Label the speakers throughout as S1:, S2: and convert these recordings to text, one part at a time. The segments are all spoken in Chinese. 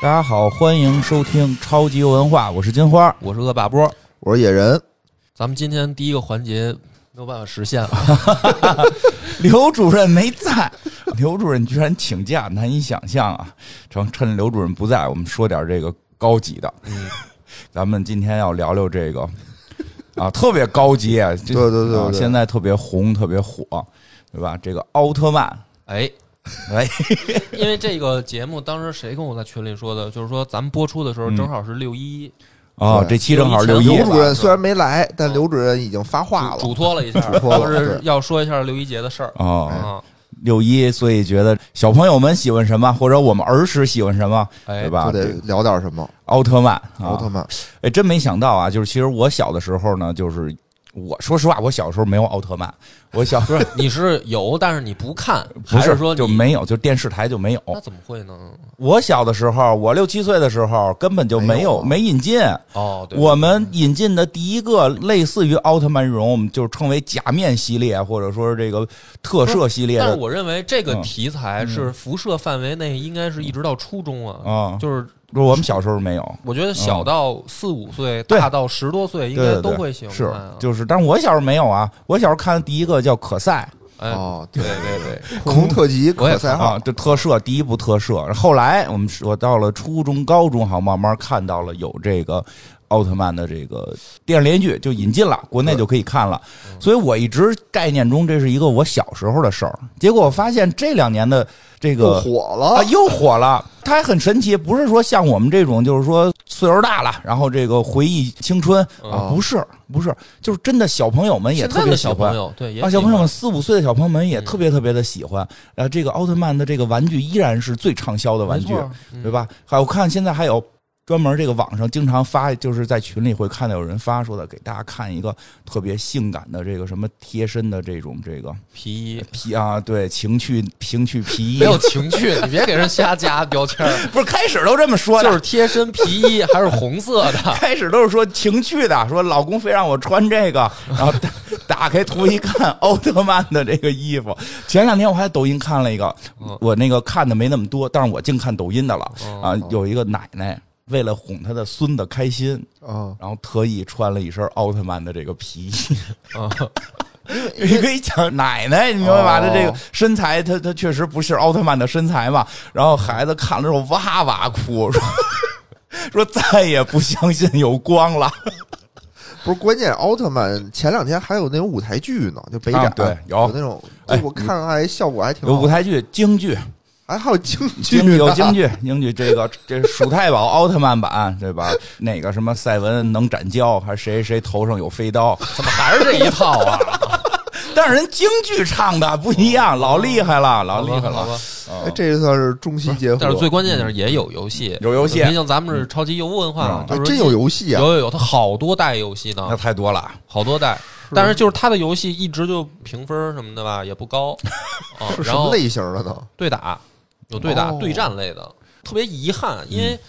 S1: 大家好，欢迎收听超级文化，我是金花。
S2: 我是恶霸波。
S3: 我是野人，
S2: 咱们今天第一个环节没有办法实现啊了，
S1: 刘主任没在， 刘主任居然请假，难以想象啊！趁趁刘主任不在，我们说点这个高级的。
S2: 嗯
S1: 咱们今天要聊聊这个啊，特别高级， 对
S3: 对对对对
S1: 现在特别红，特别火，对吧？这个奥特曼，
S2: 哎，
S1: 哎，
S2: 因为这个节目当时谁跟我在群里说的，就是说咱们播出的时候
S1: 嗯
S2: 正好是六一，
S1: 哦，
S3: 对
S1: 这期正好是六
S2: 刘
S1: 一
S2: 也
S3: 啊刘主
S2: 来
S3: 任
S2: 了
S3: 虽然没来，
S1: 嗯
S3: 但刘主任已经发话
S2: 嘱嘱
S3: 了。
S2: 托了 一下，
S3: 嘱托了
S2: 说是要说一下六一节的事儿
S1: 哦，
S2: 啊，
S1: 六一，所以觉得小朋友们喜欢什么，或者我们儿时喜欢什么，啊
S2: 哎
S1: 对，啊吧？
S3: 就得聊点什么，
S1: 奥特曼，
S3: 奥特
S1: 曼，
S3: 曼，
S1: 哎，真没想到啊！就是其实我小的时候呢，就是我说实话，我小时候没有奥特曼，我 小时候
S2: 你是有，但是你不看，
S1: 不
S2: 还
S1: 是
S2: 说你
S1: 就
S2: 呃
S1: 没有，就电视台就没有。
S2: 那怎么会呢？
S1: 我小的时候，我六七岁的时候根本就没
S3: 没有
S1: 有
S3: 啊
S1: 没引进，
S2: 哦，对，
S1: 我们引进的第一个类似于奥特曼这种，我们就称为假面系列，或者说是这个特摄系列
S2: 但是
S1: 的
S2: 我认为这个
S1: 嗯
S2: 题材是辐射范围内，应该是一直到初中啊，
S1: 啊，
S2: 就是
S1: 就我们小时候没有。
S2: 我觉得小到四五岁，
S1: 对
S2: 大到十多岁，应
S1: 对
S2: 该
S1: 对对
S2: 都会喜欢
S1: 是
S2: 看啊，
S1: 就是，但是我小时候没有啊。我小时候看的第一个叫可赛
S2: 哎，
S3: 哦，
S2: 对对对。
S1: 哎
S3: 恐龙特级
S2: 我也
S3: 可赛号
S1: 啊，，就特摄第一部特摄。后来我们我到了初中、高中，好慢慢看到了有这个奥特曼的这个电视连续剧，就引进了，国内就可以看了。
S2: 嗯
S1: 所以我一直概念中这是一个我小时候的事儿。结果我发现这两年的这
S3: 又
S1: 个
S3: 火
S1: 啊，
S3: 了，
S1: 又火了。它还很神奇，不是说像我们这种，就是说岁数大了，然后这个回忆青春啊，
S3: 嗯
S1: 不是，不是，就是真的小朋友们 也
S2: 哦现
S1: 特
S2: 在
S1: 别
S2: 的
S1: 喜
S2: 小
S1: 欢
S2: 朋。友，对，也
S1: 啊，
S2: 喜
S1: 小朋友
S2: 欢
S1: 们四五岁的小朋友们也
S2: 嗯
S1: 特别特别的喜欢。然后这个奥特曼的这个玩具依然是最畅销的玩具，对？吧？还有我看现在还有专门这个网上经常发，就是在群里会看到有人发说的，给大家看一个特别性感的这个什么贴身的这种这个
S2: 没错皮衣
S1: 皮啊，对情趣情趣皮衣
S2: 没，有情趣，你别给人瞎加标签儿，
S1: 不是开始都这么说的，
S2: 就是贴身皮衣还是红 色的，
S1: 开始都是说情趣的，说老公非让我穿这 个，然后打打开图一看，奥特曼的这个衣服。前两天我还抖音看了一个
S2: 嗯，
S1: 我那个看的没那么多，但是我净看抖音的了
S2: 哦
S1: 啊。有一个奶奶为了哄她的孙子开心，
S3: 啊，
S1: 然后特意穿了一身奥特曼的这个皮 衣。哦
S2: 啊，
S1: 你可以讲奶奶，你明白吧？
S3: 哦
S1: 她这个身材，她她确实不是奥特曼的身材嘛。然后孩子看了之后哇哇哭，说 说再也不相信有光了。
S3: 不是关键，奥特曼前两天还有那种舞台剧呢，就北展
S1: 啊对有
S3: 那种，
S1: 哎
S3: 就我看了还效果还挺
S1: 有
S3: 好
S1: 舞，台剧、京剧、
S3: 还还有京剧
S1: 京
S3: 呢，
S1: 有京剧、京剧，这个这是鼠太保奥特曼版，对吧？哪个什么赛文能斩蛟，还是谁谁头上有飞刀？
S2: 怎么还是这一套啊？
S1: 但是人京剧唱的不一样，老厉害了，老厉害
S2: 好
S1: 了啊
S2: 吧。
S3: 哎，这算是中西结合，
S2: 但是最关键的是也有游戏，
S1: 嗯有游戏
S2: 毕竟咱们是超级游文化嘛，
S1: 嗯
S2: 就
S3: 哎
S2: 是
S3: 真有游戏啊
S2: 有，有有，它好多代游戏
S1: 那
S2: 呢，
S1: 太多了，
S2: 好多代。但是就是它的游戏一直就评分什么的吧，也 不高啊。
S3: 是什
S2: 然后
S3: 么类型的呢？
S2: 对打，有对打、
S3: 哦
S2: 对战类的，特别遗憾，因
S1: 嗯
S2: 为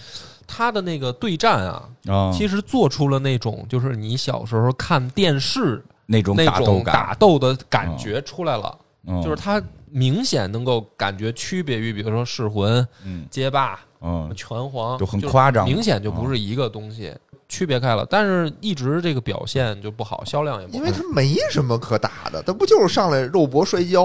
S2: 它的那个对战啊，
S1: 啊
S2: 其实做出了那种就是你小时候看电视
S1: 那种
S2: 那
S1: 打斗
S2: 种
S1: 感
S2: 打，斗的感觉出来了，
S1: 嗯
S2: 就是它明显能够感觉区别于，比如说噬魂、
S1: 嗯
S2: 街霸、
S1: 嗯，
S2: 拳皇，
S1: 就很夸张嗯
S2: 就是明显就不是一个东西，区别开了。但是一直这个表现就不好，销量也不
S3: 因
S2: 好
S3: 为。他没什么可打的，他不就是上来肉搏摔跤，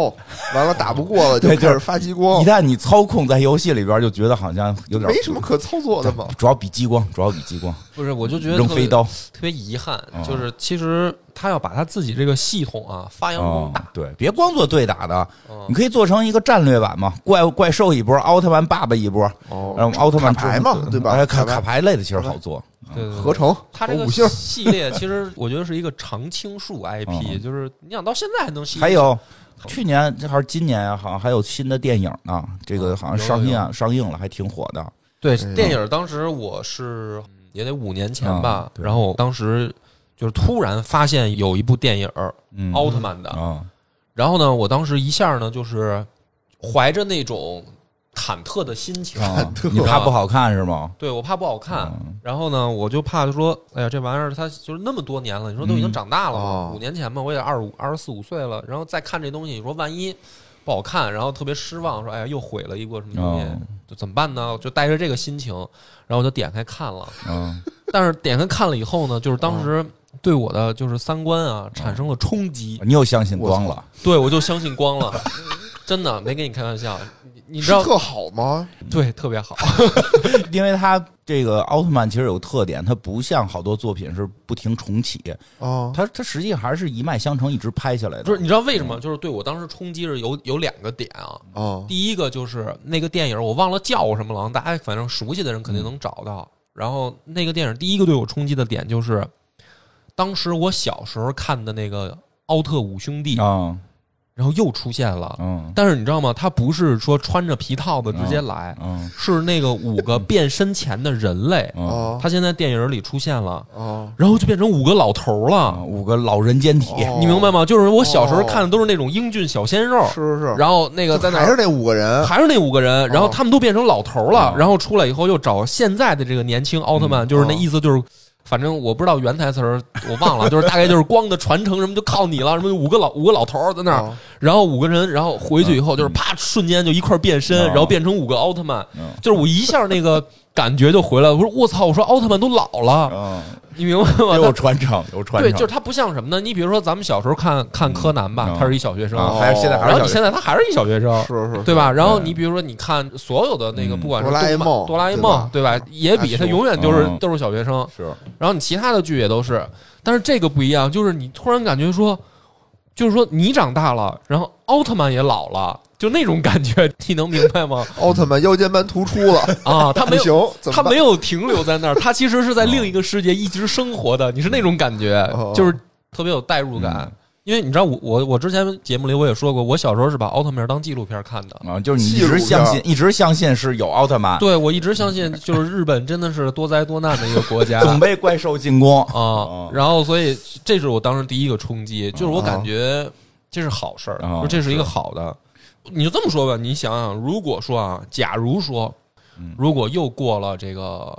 S3: 完了打不过了就
S1: 对就
S3: 开
S1: 是
S3: 始发激光
S1: 一，旦你操控在游戏里边，就觉得好像有点哎
S3: 没什么可操作的嘛。
S1: 主要比激光，主要比激光，
S2: 不是，我就觉得
S1: 扔
S2: 特别
S1: 飞刀，
S2: 特别遗憾，
S1: 嗯
S2: 就是其实他要把他自己这个系统啊发扬光
S1: 哦
S2: 大。
S1: 对，别光做对打的，
S2: 嗯
S1: 你可以做成一个战略版嘛，怪怪兽一波，奥特曼爸爸一波，
S3: 哦
S1: 然后嗯奥特曼
S3: 卡牌嘛
S1: 之后
S3: 对吧
S1: 哎卡
S3: 卡牌
S1: 卡牌类的其实好做，
S2: 对对对
S3: 合成
S2: 它
S1: 哦
S2: 这个
S3: 五星
S2: 系列其实我觉得是一个常青 树 IP，
S1: 嗯
S2: 就是你想到现在还能吸引，
S1: 还有。去年还是今年啊，好像还有新的电影呢，这个好像上映啊上映了，还挺火的。
S2: 对
S3: 嗯
S2: 电影，当时我是嗯也得五年前
S1: 嗯，
S2: 吧
S1: 对
S2: 然后我当时就是突然发现有一部电影儿
S1: 嗯，
S2: 奥特曼的，
S1: 啊，
S2: 然后呢，我当时一下呢就是怀着那种忐忑的心情。
S1: 啊，你怕不好看是吗？嗯
S2: 对我怕不好
S1: 哦
S2: 看，然后呢，我就怕说，哎呀，这玩意儿它就是那么多年了，你说都已经长大了嘛，
S3: 嗯哦
S2: 五年前嘛，我也二十五、二十四五岁了，然后再看这东西，你说万一不好看，然后特别失望，说哎呀又毁了一个什么东西，
S1: 哦
S2: 就怎么办呢？我就带着这个心情，然后我就点开看 了，
S1: 嗯，
S2: 但是点开看了以后呢，就是当
S3: 哦
S2: 时对我的就是三观啊产生了冲击，
S1: 你又相信光了，
S2: 对我就相信光 了，真的没跟你开玩笑，你你知
S3: 是
S2: 道
S3: 特好吗？
S2: 对特别 好，
S1: 因为它这个奥特曼其实有特点，它不像好多作品是不停重启，
S3: 啊，
S1: 它它实际还是一脉相承，一直拍下来的。
S2: 不是你知道为什么？就是对我当时冲击是有有两个点啊，
S3: 啊，
S2: 第一个就是那个电影，我忘了叫什么了，大家反正熟悉的人肯定能找到。然后那个电影第一个对我冲击的点就是，当时我小时候看的那个《奥特五兄弟》，
S1: 啊，
S2: 然后又出现了。
S1: 嗯
S2: 但是你知道吗？他不是说穿着皮套子直接
S3: 啊
S2: 来，
S1: 嗯
S2: 是那个五个变身前的人类，
S1: 嗯
S3: 啊
S2: 他现在电影里出现了，
S3: 啊，
S2: 然后就变成五个老头
S1: 啊，
S2: 了。
S1: 五个老人间体，
S3: 哦
S2: 你明白吗？就是我小时候看的都是那种英俊小鲜肉，
S3: 是是是，
S2: 然后那个
S3: 就
S2: 在那
S3: 还
S2: 儿
S3: 是那五个人，
S2: 还是那五个人，然后
S3: 哦
S2: 他们都变成老头了，
S1: 哦嗯
S2: 然后出来以后又找现在的这个年轻奥特曼，就是那意思就是。反正我不知道原台词儿，我忘了，就是大概就是光的传承什么就靠你了，什么五个老五个老头儿在那儿，
S1: 哦
S3: 啊
S2: 然后五个人，然后回去以后就是啪瞬间就一块儿变身，
S1: 嗯哦
S2: 然后变成五个奥特曼
S1: 嗯，
S2: 就是我一下那个感觉就回来了，我说我操，我说奥特曼都老了，
S1: 嗯，
S2: 你明白
S3: 哦
S2: 吗？
S1: 有传承，有传
S2: 对，
S1: 承，
S2: 就是他不像什么呢？你比如说咱们小时候看看柯南吧
S1: 嗯，
S2: 他是一小学生，
S1: 啊，还是现在还是
S2: 然后
S1: 小
S2: 你现在他还是一小学生，
S3: 是是，
S2: 对
S3: 吧？
S2: 吧？然后
S1: 对
S2: 你比如说，你看所有的那个，
S1: 嗯
S2: 不管是
S3: 哆啦 A
S2: 动漫
S3: 梦
S2: 哆啦 A
S3: 对
S2: 梦
S3: 吧，
S2: 对吧？也比
S3: 大
S2: 他
S3: 雄
S2: 永远就是
S1: 嗯
S2: 都是小学生。
S1: 是
S2: 然后你其他的剧也都是，但是这个不一样，就是你突然感觉说，就是说你长大了，然后奥特曼也老了，就那种感觉，你能明白吗？
S3: 奥特曼腰间盘突出了，
S2: 啊，他
S3: 不
S2: 没有。
S3: 行， 怎
S2: 他
S3: 么
S2: 没
S3: 办？
S2: 有停留在那儿，他其实是在另一个世界一直生活的。你是那种感觉
S3: 哦，
S2: 就是特别有代入感
S1: 嗯。
S2: 因为你知道我，我我之前节目里我也说过，我小时候是把奥特曼当纪录片看的。
S1: 啊，就是你一直
S3: 纪录片
S1: 相信，一直相信是有奥特曼，
S2: 对，我一直相信，就是日本真的是多灾多难的一个国家
S1: 总被哦怪兽进攻
S2: 啊。然后，所以这是我当时第一个冲
S1: 哦
S2: 击，就是我感觉这是好事儿，
S1: 啊
S2: 就这是一个好的。你就这么说吧，你想想，如果说啊，假如说
S1: 嗯，
S2: 如果又过了这个，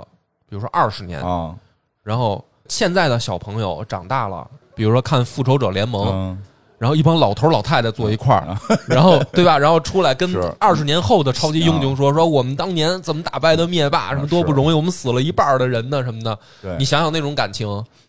S2: 比如说二十年，
S1: 啊，
S2: 然后现在的小朋友长大了，比如说看《复仇者联盟》，
S1: 嗯，
S2: 然后一帮老头老太太坐一块儿， 然后对吧？然后出来跟
S1: 是
S2: 二十年后的超级英
S3: 嗯
S2: 雄说说我们当年怎么打败的灭
S3: 啊
S2: 霸，什么多不容易，我们死了一半儿的人呢什么的。
S1: 对，
S2: 你想想那种感情，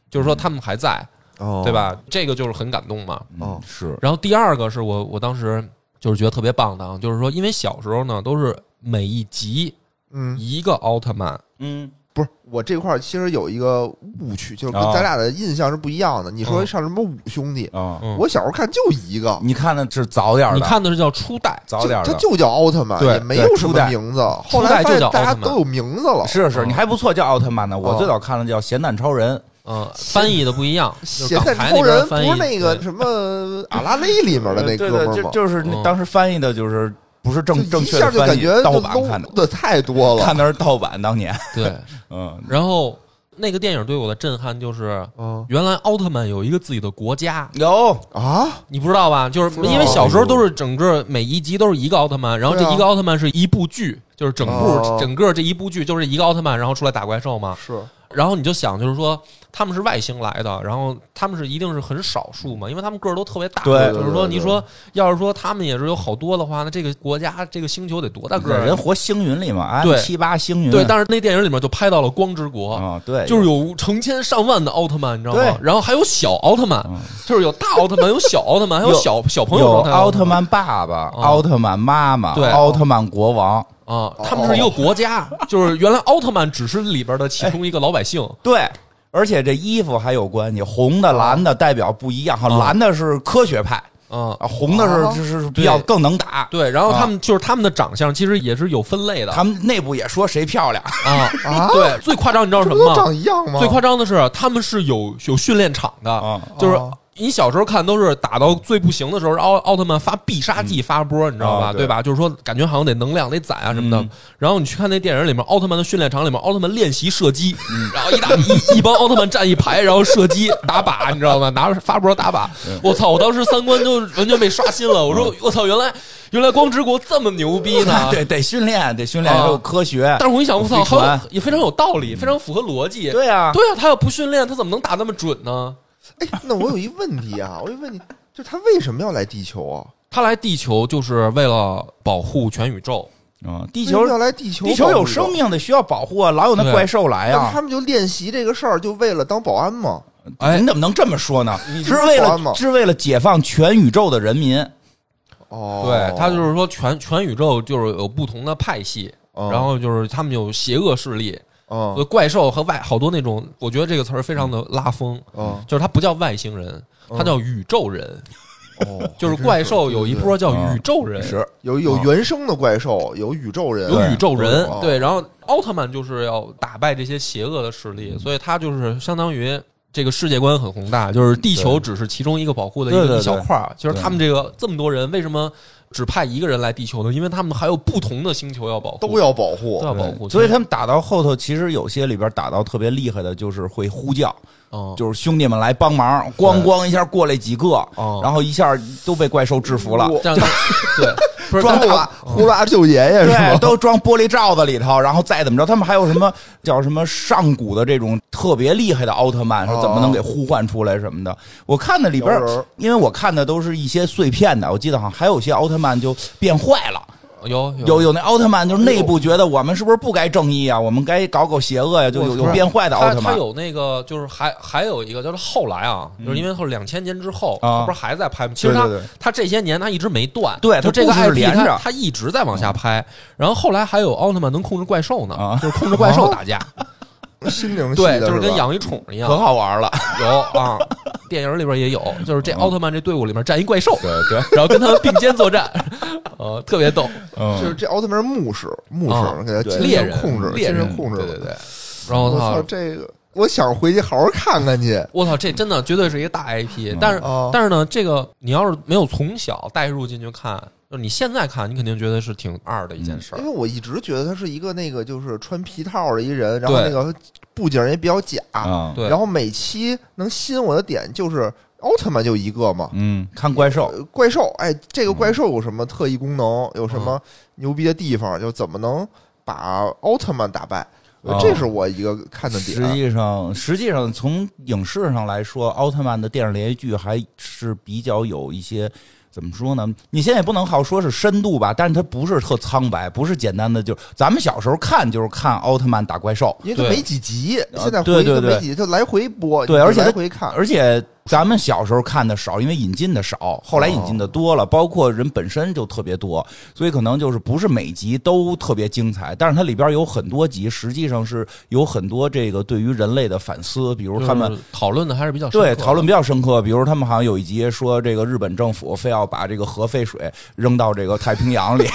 S2: 就是说他们还在，
S3: 哦
S2: 对？吧？这个就是很感动嘛。
S1: 嗯是
S2: 然后第二个是我我当时就是觉得特别棒的，啊，就是说因为小时候呢都是每一集
S3: 嗯，
S2: 一个奥特曼，
S1: 嗯
S3: 不是，我这块儿其实有一个误区，就是跟
S2: 哦
S1: 啊
S3: 咱俩的印象是不一样的。你说
S2: 嗯
S3: 上什么五兄弟，
S1: 啊，
S2: 嗯
S3: 我小时候看就一个，
S1: 你看的是早点儿的，
S2: 你看的是叫初代，
S1: 早点儿的
S3: 就他。就叫奥特曼，
S1: 对
S3: 也没有
S1: 对
S3: 什
S1: 初
S3: 么
S1: 代
S3: 名字。
S2: 初
S3: 后来
S2: 代
S3: 发
S2: 就
S3: 现
S2: 叫
S3: 大
S2: 奥
S3: 家
S2: 特曼
S3: 都有名字了，
S1: 是是，
S2: 嗯
S1: 你还不错，叫奥特曼呢。我
S3: 哦
S1: 最早看的叫《咸蛋超人》，
S2: 嗯，翻译的不一样，就是
S3: 咸
S2: 港
S3: 蛋
S2: 台
S3: 超
S2: 那边
S3: 人不
S2: 翻译
S3: 是那个
S2: 对
S3: 什么阿拉蕾里面的那
S1: 呃对
S3: 哥们
S1: 对，
S3: 儿
S1: 就
S3: 吗？
S1: 就是那
S2: 嗯
S1: 当时翻译的，就是不是正
S3: 就
S1: 正
S3: 一
S1: 确
S3: 下
S1: 的
S3: 就感
S1: 翻译
S3: 觉，就
S1: 盗版看的
S3: low 的太多了。
S1: 看的是盗版，当年，
S2: 对。
S1: 嗯，
S2: 然后那个电影对我的震撼就是，
S3: 嗯
S2: 原来奥特曼有一个自己的国家，
S1: 有
S3: 啊，
S2: 你不知道吧？就是
S3: 不知道
S2: 因为小时候都是整个每一集都是一个奥特曼，然后这
S3: 对啊
S2: 一个奥特曼是一部剧，就是整部
S3: 哦
S2: 整个这一部剧就是一个奥特曼，然后出来打怪兽嘛。
S3: 是
S2: 然后你就想，就是说他们是外星来的，然后他们是一定是很少数嘛，因为他们个儿都特别大。
S1: 对
S2: 就是说
S3: 对对对
S2: 你说要是说他们也是有好多的话，那这个国家这个星球得多大个儿
S1: 人
S2: 啊？
S1: 活星云里嘛
S2: 对
S1: ，M 七八星云，
S2: 对，但是那电影里面就拍到了光之国。
S1: 啊，对，
S2: 就是有成千上万的奥特曼，你知道吗
S1: 对？
S2: 然后还有小奥特曼
S1: 嗯，
S2: 就是有大奥特曼，有小奥特曼，还有
S1: 有
S2: 小小朋
S1: 有
S2: 友的
S1: 奥特曼爸爸、
S2: 哦
S1: 奥特曼妈妈、
S2: 对
S1: 奥特曼国王，
S2: 啊，
S3: 哦
S2: 他们是一个国家， 就是原来奥特曼只是里边的其中一个老百姓，
S1: 对。而且这衣服还有关系，红的、蓝的代表不一样哈，
S2: 哦
S1: 蓝的是科学派，
S2: 啊，
S1: 啊，红的
S3: 哦啊
S1: 是就是比较
S2: 对
S1: 更能打。
S2: 对，然后他们就是他们的长相其实也是有分类的
S1: 他们内部也说谁漂亮，
S2: 啊，
S3: 啊，
S2: 对，最夸张你知道
S3: 这
S2: 什么
S3: 不都
S2: 吗？
S3: 长一样吗？
S2: 最夸张的是他们是有有训练场的
S1: 啊，
S2: 就是
S3: 哦。
S2: 你小时候看都是打到最不行的时候，奥奥特曼发必杀技发波，你知道吧？
S1: 啊对
S2: 对吧？就是说感觉好像得能量得攒啊什么的
S1: 嗯。。
S2: 然后你去看那电影里面，奥特曼的训练场里面，奥特曼练习射击，然后一大 一一帮奥特曼站一排，然后射击打靶，你知道吗？拿着发波打靶，我操！我当时三观就完全被刷新了。我说我操，原来原来光之国这么牛逼呢
S1: 嗯 对，嗯得训练，得训练，
S2: 啊
S1: 得有科学。
S2: 但是我一想，我操，
S1: 飞船
S2: 还有也非常有道理，非常符合逻辑。
S1: 啊嗯对啊，
S2: 对啊，他要不训练，他怎么能打那么准呢？
S3: 哎，那我有一问题啊，我有一问题，就是他为什么要来地球啊？
S2: 他来地球就是为了保护全宇宙。
S1: 嗯，地
S3: 地
S1: 球
S3: 要来地球，
S1: 地球有生，命的需要保护啊，老有那
S2: 对
S1: 怪兽来
S3: 那
S1: 啊
S3: 他。们就练习这个事儿，就为了当保安吗？
S2: 哎
S1: 你怎么能这么说呢？
S2: 你
S1: 是为
S3: 保安吗
S1: 了是为了解放全宇宙的人民。
S3: 哦，
S2: 对他就是说全全宇宙就是有不同的派系，
S3: 嗯
S2: 然后就是他们有邪恶势力，所
S3: 嗯
S2: 以怪兽和外好多那种，我觉得这个词儿非常的拉风，
S3: 嗯
S2: 就是它不叫外星人，它叫宇宙人，
S3: 哦，
S2: 就是怪兽有一波叫
S1: 嗯
S2: 宇宙人，
S1: 是，
S3: 有有原生的怪兽，有宇宙人，
S2: 有宇宙人
S3: 哦，
S2: 对，然后奥特曼就是要打败这些邪恶的势力，所以他就是相当于这个世界观很宏大，就是地球只是其中一个保护的一
S1: 对对
S2: 个
S1: 对
S2: 一小块儿，就是
S1: 对
S2: 他们这个这么多人为什么只派一个人来地球呢？因为他们还有不同的星球要保护，
S3: 都要保护
S2: 都。要保护，
S1: 所以他们打到后头，其实有些里边打到特别厉害的，就是会呼叫，
S2: 嗯
S1: 就是兄弟们来帮忙，咣咣一下过来几个，
S2: 嗯
S1: 然后一下都被怪兽制服了。
S3: 我
S2: 这样他对不是
S3: 装
S2: 但是
S3: 呼啦呼啦救爷爷是
S1: 对，
S3: 吗？
S1: 都装玻璃罩子里头，然后再怎么着，他们还有什么叫什么上古的这种特别厉害的奥特曼，说怎么能给呼唤出来什么的。我看的里边
S3: 摇人儿，
S1: 因为我看的都是一些碎片的，我记得好像还有些奥特曼就变坏了，
S2: 有
S1: 有有那奥特曼就是内部觉得我们是不是不该正义啊，我们该搞搞邪恶呀、就有
S2: 不
S1: 有
S2: 是
S1: 变坏的奥特
S2: 他
S1: 曼
S2: 他。有那个，就是还还有一个，就是后来啊，就是因为后两千年之后，
S1: 嗯啊
S2: 他不是还在拍吗？其实他
S1: 对对对
S2: 他这些年他一直没断，
S1: 对
S2: 就
S1: 他
S2: 这个
S1: 故事是
S2: IP
S1: 连着嗯
S2: 他他一直在往下拍。然后后来还有奥特曼能控制怪兽呢，
S1: 啊
S2: 就是控制怪兽打架，
S3: 心灵系
S2: 对，
S3: 的
S2: 就是
S3: 吧
S2: 跟养一宠一样
S1: 可，好玩了，
S2: 有啊。电影里边也有，就是这
S1: 嗯
S2: 奥特曼这队伍里面站一怪兽，
S1: 对对，
S2: 然后跟他们并肩作战， 呃，特别逗。
S3: 就是
S1: 嗯，
S3: 这奥特曼是牧师，牧
S2: 啊
S3: 师给他
S1: 对
S3: 精
S2: 猎
S3: 神
S2: 人
S3: 控制，
S2: 猎
S3: 精
S2: 人
S3: 神控制
S2: 对
S3: 了。
S2: 对对。然后
S3: 我
S2: 操
S3: 操，，这个我想回去好好看看去。
S2: 我操，这真的绝对是一个大 IP，、但
S1: 嗯
S2: 是、
S3: 哦
S2: 但是呢，这个你要是没有从小带入进去看，就是你现在看，你肯定觉得是挺二的一件事儿
S1: 嗯
S3: 因。为我一直觉得他是一个那个就是穿皮套的一人，然后
S2: 对嗯
S3: 那个布景也比较假，
S1: 啊，
S2: 对
S3: 然后每期能吸引我的点就是奥特曼就一个嘛，
S1: 嗯，看怪兽，
S3: 呃怪兽，哎，这
S2: 嗯
S3: 个怪兽有什么特异功能，有什么牛逼的地方，就怎么能把奥特曼打败，呃
S1: 哦
S3: 这是我一个看啊的
S1: 实
S3: 点。
S1: 际上，实际上从影视上来说，奥特曼的电视连续剧还是比较有一些怎么说呢？你现在也不能好说是深度吧，但是它不是特苍白，不是简单的就咱们小时候看就是看奥特曼打怪兽，
S3: 因为它
S2: 对
S3: 没几集，现在
S1: 对
S3: 回忆
S1: 对
S3: 它
S1: 对
S3: 没几集，它来回播，
S1: 对
S3: 你
S1: 而且它
S3: 来回看，
S1: 而且咱们小时候看的少，因为引进的少，后来引进的多了，包括人本身就特别多，所以可能就是不是每集都特别精彩，但是它里边有很多集，实际上是有很多这个对于人类的反思，比如
S2: 就是
S1: 他们
S2: 讨论的还是比较深刻
S1: 对
S2: 的
S1: 讨论比较深刻，比如他们好像有一集说这个日本政府非要把这个核废水扔到这个太平洋 里，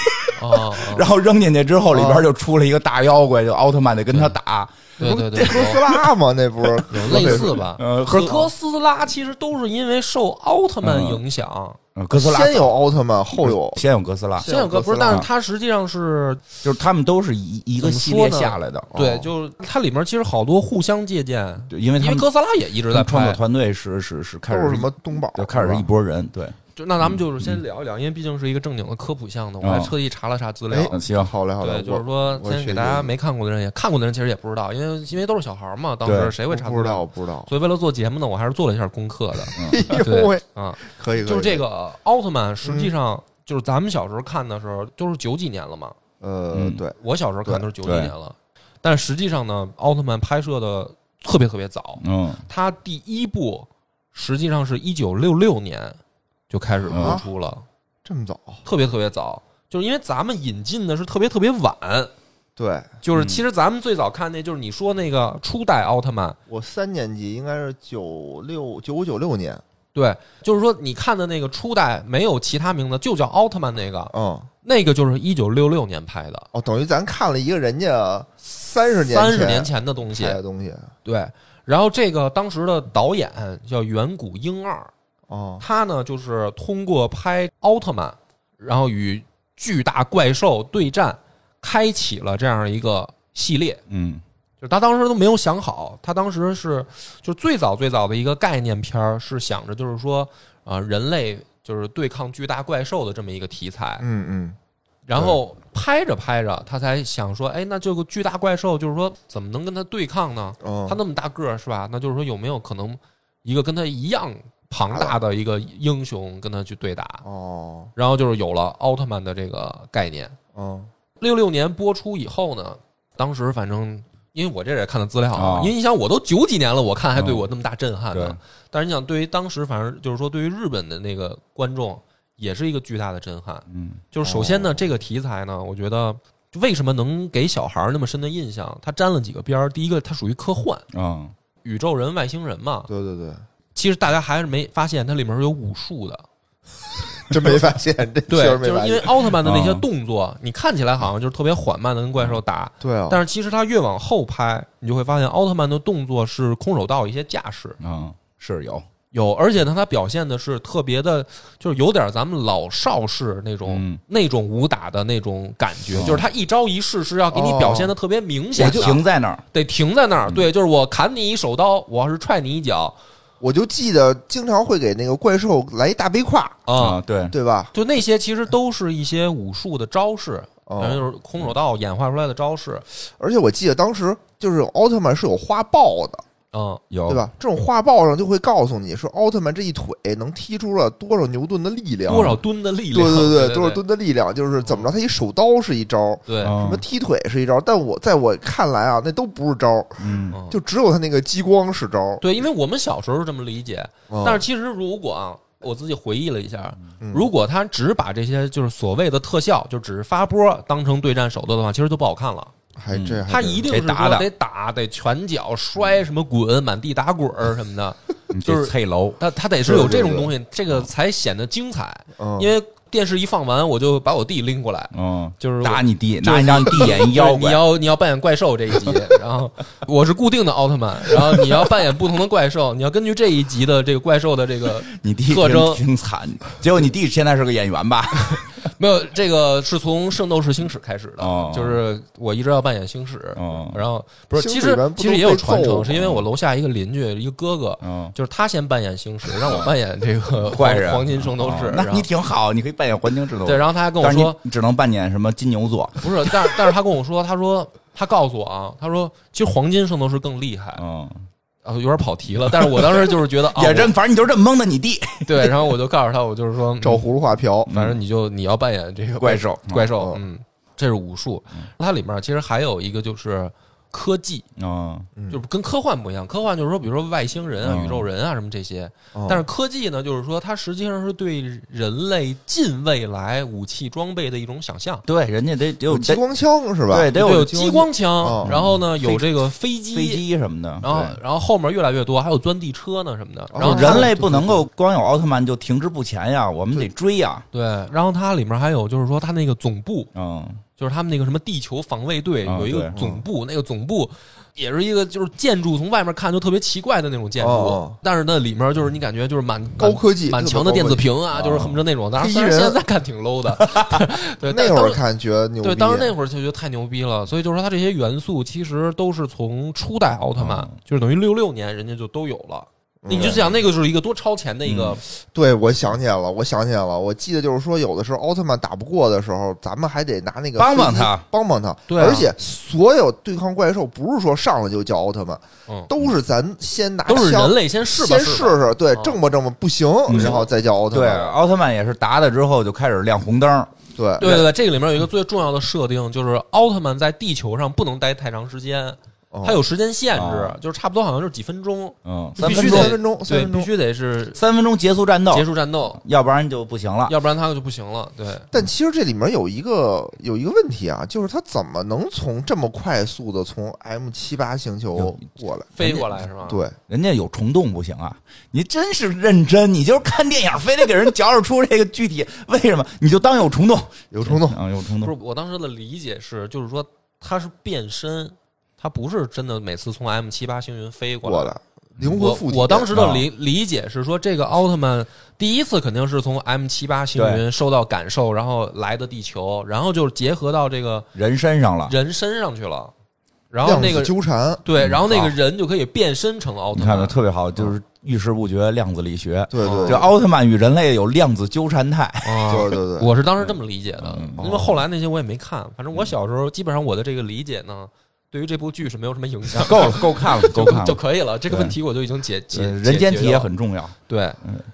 S2: 啊，啊
S1: 然后扔进去之后，里边就出了一个大妖怪，就奥特曼得跟他打。
S2: 哦对对对，
S3: 哥斯拉嘛，那不是
S2: 有有类似吧？
S1: 呃，哥
S2: 可是哥斯拉其实都是因为受奥特曼影响，
S1: 呃哥斯拉
S3: 先有奥特曼，后有
S1: 先有哥斯拉，啊
S2: 先有个不是，
S3: 哥斯拉
S2: 但是它实际上是
S1: 就是他们都是一一个系列下来的，
S2: 对，
S1: 哦
S2: 就是它里面其实好多互相借鉴，
S1: 对因为
S2: 因
S1: 他
S2: 为
S1: 们
S2: 哥斯拉也一直
S1: 他
S2: 在
S1: 们创作
S2: 拍。
S1: 团队是是是开
S3: 都
S1: 始
S3: 是什么东宝，
S1: 就开始
S3: 是
S1: 是一
S3: 吧
S1: 拨人，对，
S2: 就那咱们就是先聊一聊，因为毕竟是一个正经的科普项的，我还
S1: 嗯
S2: 特意查了查资料。
S1: 嗯行，
S3: 好嘞好
S2: 对，
S3: 嘞，
S2: 就是
S3: 我
S2: 说
S3: 我
S2: 先
S3: 学
S2: 给大家
S3: 这个
S2: 没看过的人也看过的人，其实也不知道，因为因为都是小孩儿嘛，当时
S1: 对
S2: 谁会查
S3: 不知道，我？不知道。
S2: 所以为了做节目呢，我还是做了一下功课 的
S3: 哎
S2: 对
S3: 呦喂，
S2: 啊。
S3: 可以，
S2: 就是
S3: 可以
S2: 这个奥特曼，实
S3: 嗯
S2: 际上就是咱们小时候看的时候，都是九几年了嘛。
S3: 呃
S1: 嗯，
S3: 对，
S2: 我小时候看都是九几
S1: 对
S2: 年了，但实际上呢，奥特曼拍摄的特别特别早，
S1: 嗯，
S2: 它第一部实际上是一九六六年就开始
S3: 啊
S2: 播出了，
S3: 这么早，
S2: 特别特别早。就是因为咱们引进的是特别特别晚，
S3: 对
S2: 就是其实咱们最早看那，就是你说那个初代奥特曼，
S3: 我三年级应该是九六九五九六年，
S2: 对，就是说你看的那个初代没有其他名字，就叫奥特曼那个，
S3: 嗯，
S2: 那个就是一九六六年拍的，
S3: 哦，等于咱看了一个人家三十年
S2: 三十年
S3: 前
S2: 前的东西
S3: 拍。的东西，
S2: 对，然后这个当时的导演叫远古英二，
S3: 哦，
S2: 他呢就是通过拍奥特曼，然后与巨大怪兽对战，开启了这样一个系列。
S1: 嗯
S2: 就是他当时都没有想好，他当时是就最早最早的一个概念片儿，是想着就是说，啊、人类就是对抗巨大怪兽的这么一个题材。
S3: 嗯嗯，
S2: 然后拍着拍着，他才想说，哎，那这个巨大怪兽就是说怎么能跟他对抗呢？
S3: 哦，
S2: 他那么大个儿是吧？那就是说有没有可能一个跟他一样庞大的一个英雄跟他去对打？
S3: 哦
S2: 然后就是有了奥特曼的这个概念。
S3: 哦，
S2: 六六年播出以后呢，当时反正因为我这也看的资料啊
S1: 啊，
S2: 因为你想我都九几年了，我看还对我那么大震撼
S1: 对
S2: 呢。但是你想，对于当时反正就是说，对于日本的那个观众也是一个巨大的震撼。
S1: 嗯，
S2: 就是首先
S3: 哦
S2: 呢，这个题材呢，我觉得为什么能给小孩儿那么深的印象？它沾了几个边儿，第一个它属于科幻，
S1: 啊，
S2: 宇宙人、外星人嘛。
S3: 对对对，
S2: 其实大家还是没发现它里面是有武术的，
S3: 真没发 现，这
S2: 对
S3: 确实，没
S2: 就
S3: 发
S2: 是因为
S3: 现。
S2: 奥特曼的那些
S1: 啊
S2: 动作，你看起来好像就是特别缓慢的跟怪兽打，
S3: 对啊，
S2: 但是其实他越往后拍，你就会发现奥特曼的动作是空手道一些架势
S1: 啊，是有
S2: 有，而且呢，他表现的是特别的，就是有点咱们老少式那种、
S1: 嗯
S2: 那种武打的那种感觉，
S1: 哦
S2: 就是他一招一式是要给你表现的特别明显的，
S1: 停在那儿，
S2: 得停在那儿。对，就是我砍你一手刀，我要是踹你一脚
S3: 我就记得经常会给那个怪兽来一大背胯，
S2: 啊。
S1: 啊，对，
S3: 对吧？
S2: 就那些其实都是一些武术的招式，反正
S3: 哦，
S2: 就是空手道演化出来的招式，
S3: 而且我记得当时就是奥特曼是有画报的，
S2: 嗯，
S1: 有
S3: 对？吧？这种画报上就会告诉你说，奥特曼这一腿能踢出了多少牛顿的力量，
S2: 多少吨的力
S3: 对
S2: 量，
S3: 对
S2: 对
S3: 多少吨的力量，就是怎么着，他一手刀是一招，
S2: 对，
S1: 啊
S3: 什么踢腿是一招，但我在我看来啊，那都不是招，
S1: 嗯
S2: 嗯
S3: 就只有他那个激光是招。
S2: 对，因为我们小时候是这么理解，
S1: 哦
S3: 嗯
S2: 但是其实如果啊，我自己回忆了一下，
S3: 嗯
S2: 如果他只把这些就是所谓的特效，就只是发波当成对战手段的话，其实就不好看了。
S3: 还这还
S2: 嗯他一定是
S1: 哎得打
S2: 说
S1: 的
S2: 得打，得拳脚摔，什么滚，满地打滚儿什 么的，就是
S1: 配楼，
S2: 他他得是有这种东西，这个
S1: 嗯
S2: 才显得精彩。因
S3: 为
S2: 为电视一放完，我就把我弟拎过来，
S1: 嗯，
S2: 就是我
S1: 打你弟，
S2: 就是
S1: 拿你让你弟演一
S2: 就是
S1: 妖
S2: 你
S1: 怪，
S2: 要你要扮演怪兽这一集，然后我是固定的奥特曼，然后你要扮演不同的怪兽，你要根据这一集的这个怪兽的这个
S1: 你弟
S2: 特征
S1: 挺挺惨，结果你弟现在是个演员吧？
S2: 没有这个是从《圣斗士星矢》开始的，
S1: 哦
S2: 就是我一直要扮演星矢，
S1: 嗯
S2: 然后不是
S3: 星
S2: 其
S3: 矢一
S2: 实
S3: 般不
S2: 其
S3: 都
S2: 实也有
S3: 被
S2: 传
S3: 揍
S2: 承，
S3: 吗
S2: 是因为我楼下一个邻居一个哥哥，
S1: 嗯，
S2: 就是他先扮演星矢，让我扮演这个
S1: 哦 坏人
S2: 黄黄金圣斗士，
S1: 哦那
S2: 然后
S1: 你挺好，你可以扮演环境制度。
S2: 对，然后他还跟我
S1: 但是你
S2: 说
S1: 你只能扮演什么金牛座，
S2: 不是，但是但是他跟我说，他说他告诉我啊，他说其实黄金圣斗士更厉害啊，
S1: 嗯，
S2: 有点跑题了，但是我当时就是 觉得啊
S1: 也
S2: 我
S1: 认，反正你就这么蒙的你弟，
S2: 对，然后我就告诉他，我就是说
S3: 照葫芦画瓢，
S2: 反正你就你要扮演这个
S1: 怪兽
S2: 嗯怪兽
S3: 哦，
S2: 嗯，这是武术。它里面其实还有一个就是科技，
S1: 嗯，
S2: 就是跟科幻不一样。科幻就是说，比如说外星人啊、
S1: 嗯
S2: 宇宙人啊什么这些，
S3: 哦
S2: 但是科技呢，就是说它实际上是对人类近未来武器装备的一种想象。
S1: 对，人家得得有
S3: 有激
S1: 得
S3: 光枪是吧？
S1: 对得
S2: 有
S1: 有
S2: 激光枪
S3: 哦，
S2: 然后呢有
S1: 飞
S2: 这个飞机，
S1: 飞机什么的，
S2: 然后
S1: 对
S2: 然后后面越来越多，还有钻地车呢什么的。然后
S3: 哦
S2: 它
S1: 人类不能够光有奥特曼就停滞不前呀，我们得追呀。
S2: 对，然后它里面还有就是说它那个总部，
S1: 嗯，
S2: 就是他们那个什么地球防卫队
S1: 啊
S2: 有一个
S1: 对
S3: 嗯
S2: 总部，那个总部也是一个就是建筑从外面看就特别奇怪的那种建筑
S3: 哦，
S2: 但是那里面就是你感觉就是满
S3: 高科技
S2: 满
S3: 特别
S2: 墙的
S3: 高
S2: 电子
S3: 科技
S2: 屏啊，就是恨不得那种。当然，虽然
S3: 黑衣人
S2: 现在看挺 low 的，对，但
S3: 那会
S2: 当
S3: 儿
S2: 时
S3: 看觉得牛逼。
S2: 对，当时那会儿就觉得太牛逼了。所以就是说，它这些元素其实都是从初代奥特曼
S1: 嗯，
S2: 就是等于六六年人家就都有了。
S3: 嗯
S2: 你就想那个是一个多超前的一个，
S3: 对，我想起来了，我想起来了，我记得就是说，有的时候奥特曼打不过的时候，咱们还得拿那个
S1: 帮帮
S3: 飞机
S1: 他，
S3: 帮帮他。
S2: 对啊
S3: 而且所有对抗怪兽不是说上来就叫奥特曼，
S2: 嗯，
S3: 都是咱先拿
S2: 都是
S3: 枪
S2: 人类先试吧
S3: 先
S2: 试
S3: 试
S2: 吧，
S3: 试，对
S2: 嗯，
S3: 正吧正吧不行，然后再叫奥特
S1: 对，
S3: 曼。
S1: 奥特曼也是打打之后就开始亮红灯，
S3: 对
S2: 对对对，这个里面有一个最重要的设定，就是奥特曼在地球上不能待太长时间，
S3: 哦
S2: 它有时间限制
S1: 哦，
S2: 就是差不多好像就是几分钟，
S1: 嗯，
S3: 必
S1: 三
S3: 须
S1: 分
S2: 得
S1: 钟
S3: 三分钟，三
S2: 对，
S3: 分
S2: 必
S3: 钟。
S2: 须得是
S1: 三分钟结束战斗
S2: 结，束战斗，
S1: 要不然就不行了。
S2: 要不然它就不行了。对，
S3: 但其实这里面有一个有一个问题啊，就是他怎么能从这么快速的从 M 七八星球过来？
S2: 飞过来是吗？
S3: 对，
S1: 人家有虫洞不行啊！你真是认真，你就是看电影，非得给人嚼着出这个具体为什么，你就当有虫洞，
S3: 有冲动。
S2: 哦
S1: 啊，有虫
S2: 不是
S1: 洞，
S2: 我当时的理解是，就是说它是变身，它不是真的每次从 M 七八星云飞过
S3: 过
S2: 来。
S3: 来，灵魂
S2: 嗯我
S3: 附体。
S2: 我当时的
S1: 啊
S2: 理理解是说，这个奥特曼第一次肯定是从 M 七八星
S1: 对
S2: 云受到感受，然后来的地球，然后就是结合到这个
S1: 人身上了，
S2: 人身上去了。然后那
S3: 量
S2: 个哦
S3: 子纠缠，
S2: 对，然后那个
S1: 嗯
S2: 人就可以变身成奥
S1: 你
S2: 特
S1: 看的
S2: 曼。
S1: 特别好，就是遇事不决，量子力学。
S3: 对对，
S1: 这奥特曼与人类有量子纠缠态，
S2: 啊，
S3: 对对对，
S2: 我是当时这么理解的
S1: 嗯，
S3: 哦
S2: 因为后来那些我也没看。反正我小时候基本上我的这个理解呢，对于这部剧是没有什么影响
S1: ，够 了，够看 了，够
S2: 就
S1: 看
S2: 就
S1: 了。
S2: 可以了。这个
S1: 对
S2: 问题我就已经解解
S1: 呃人间体也
S2: 也
S1: 很啊重要，
S2: 对，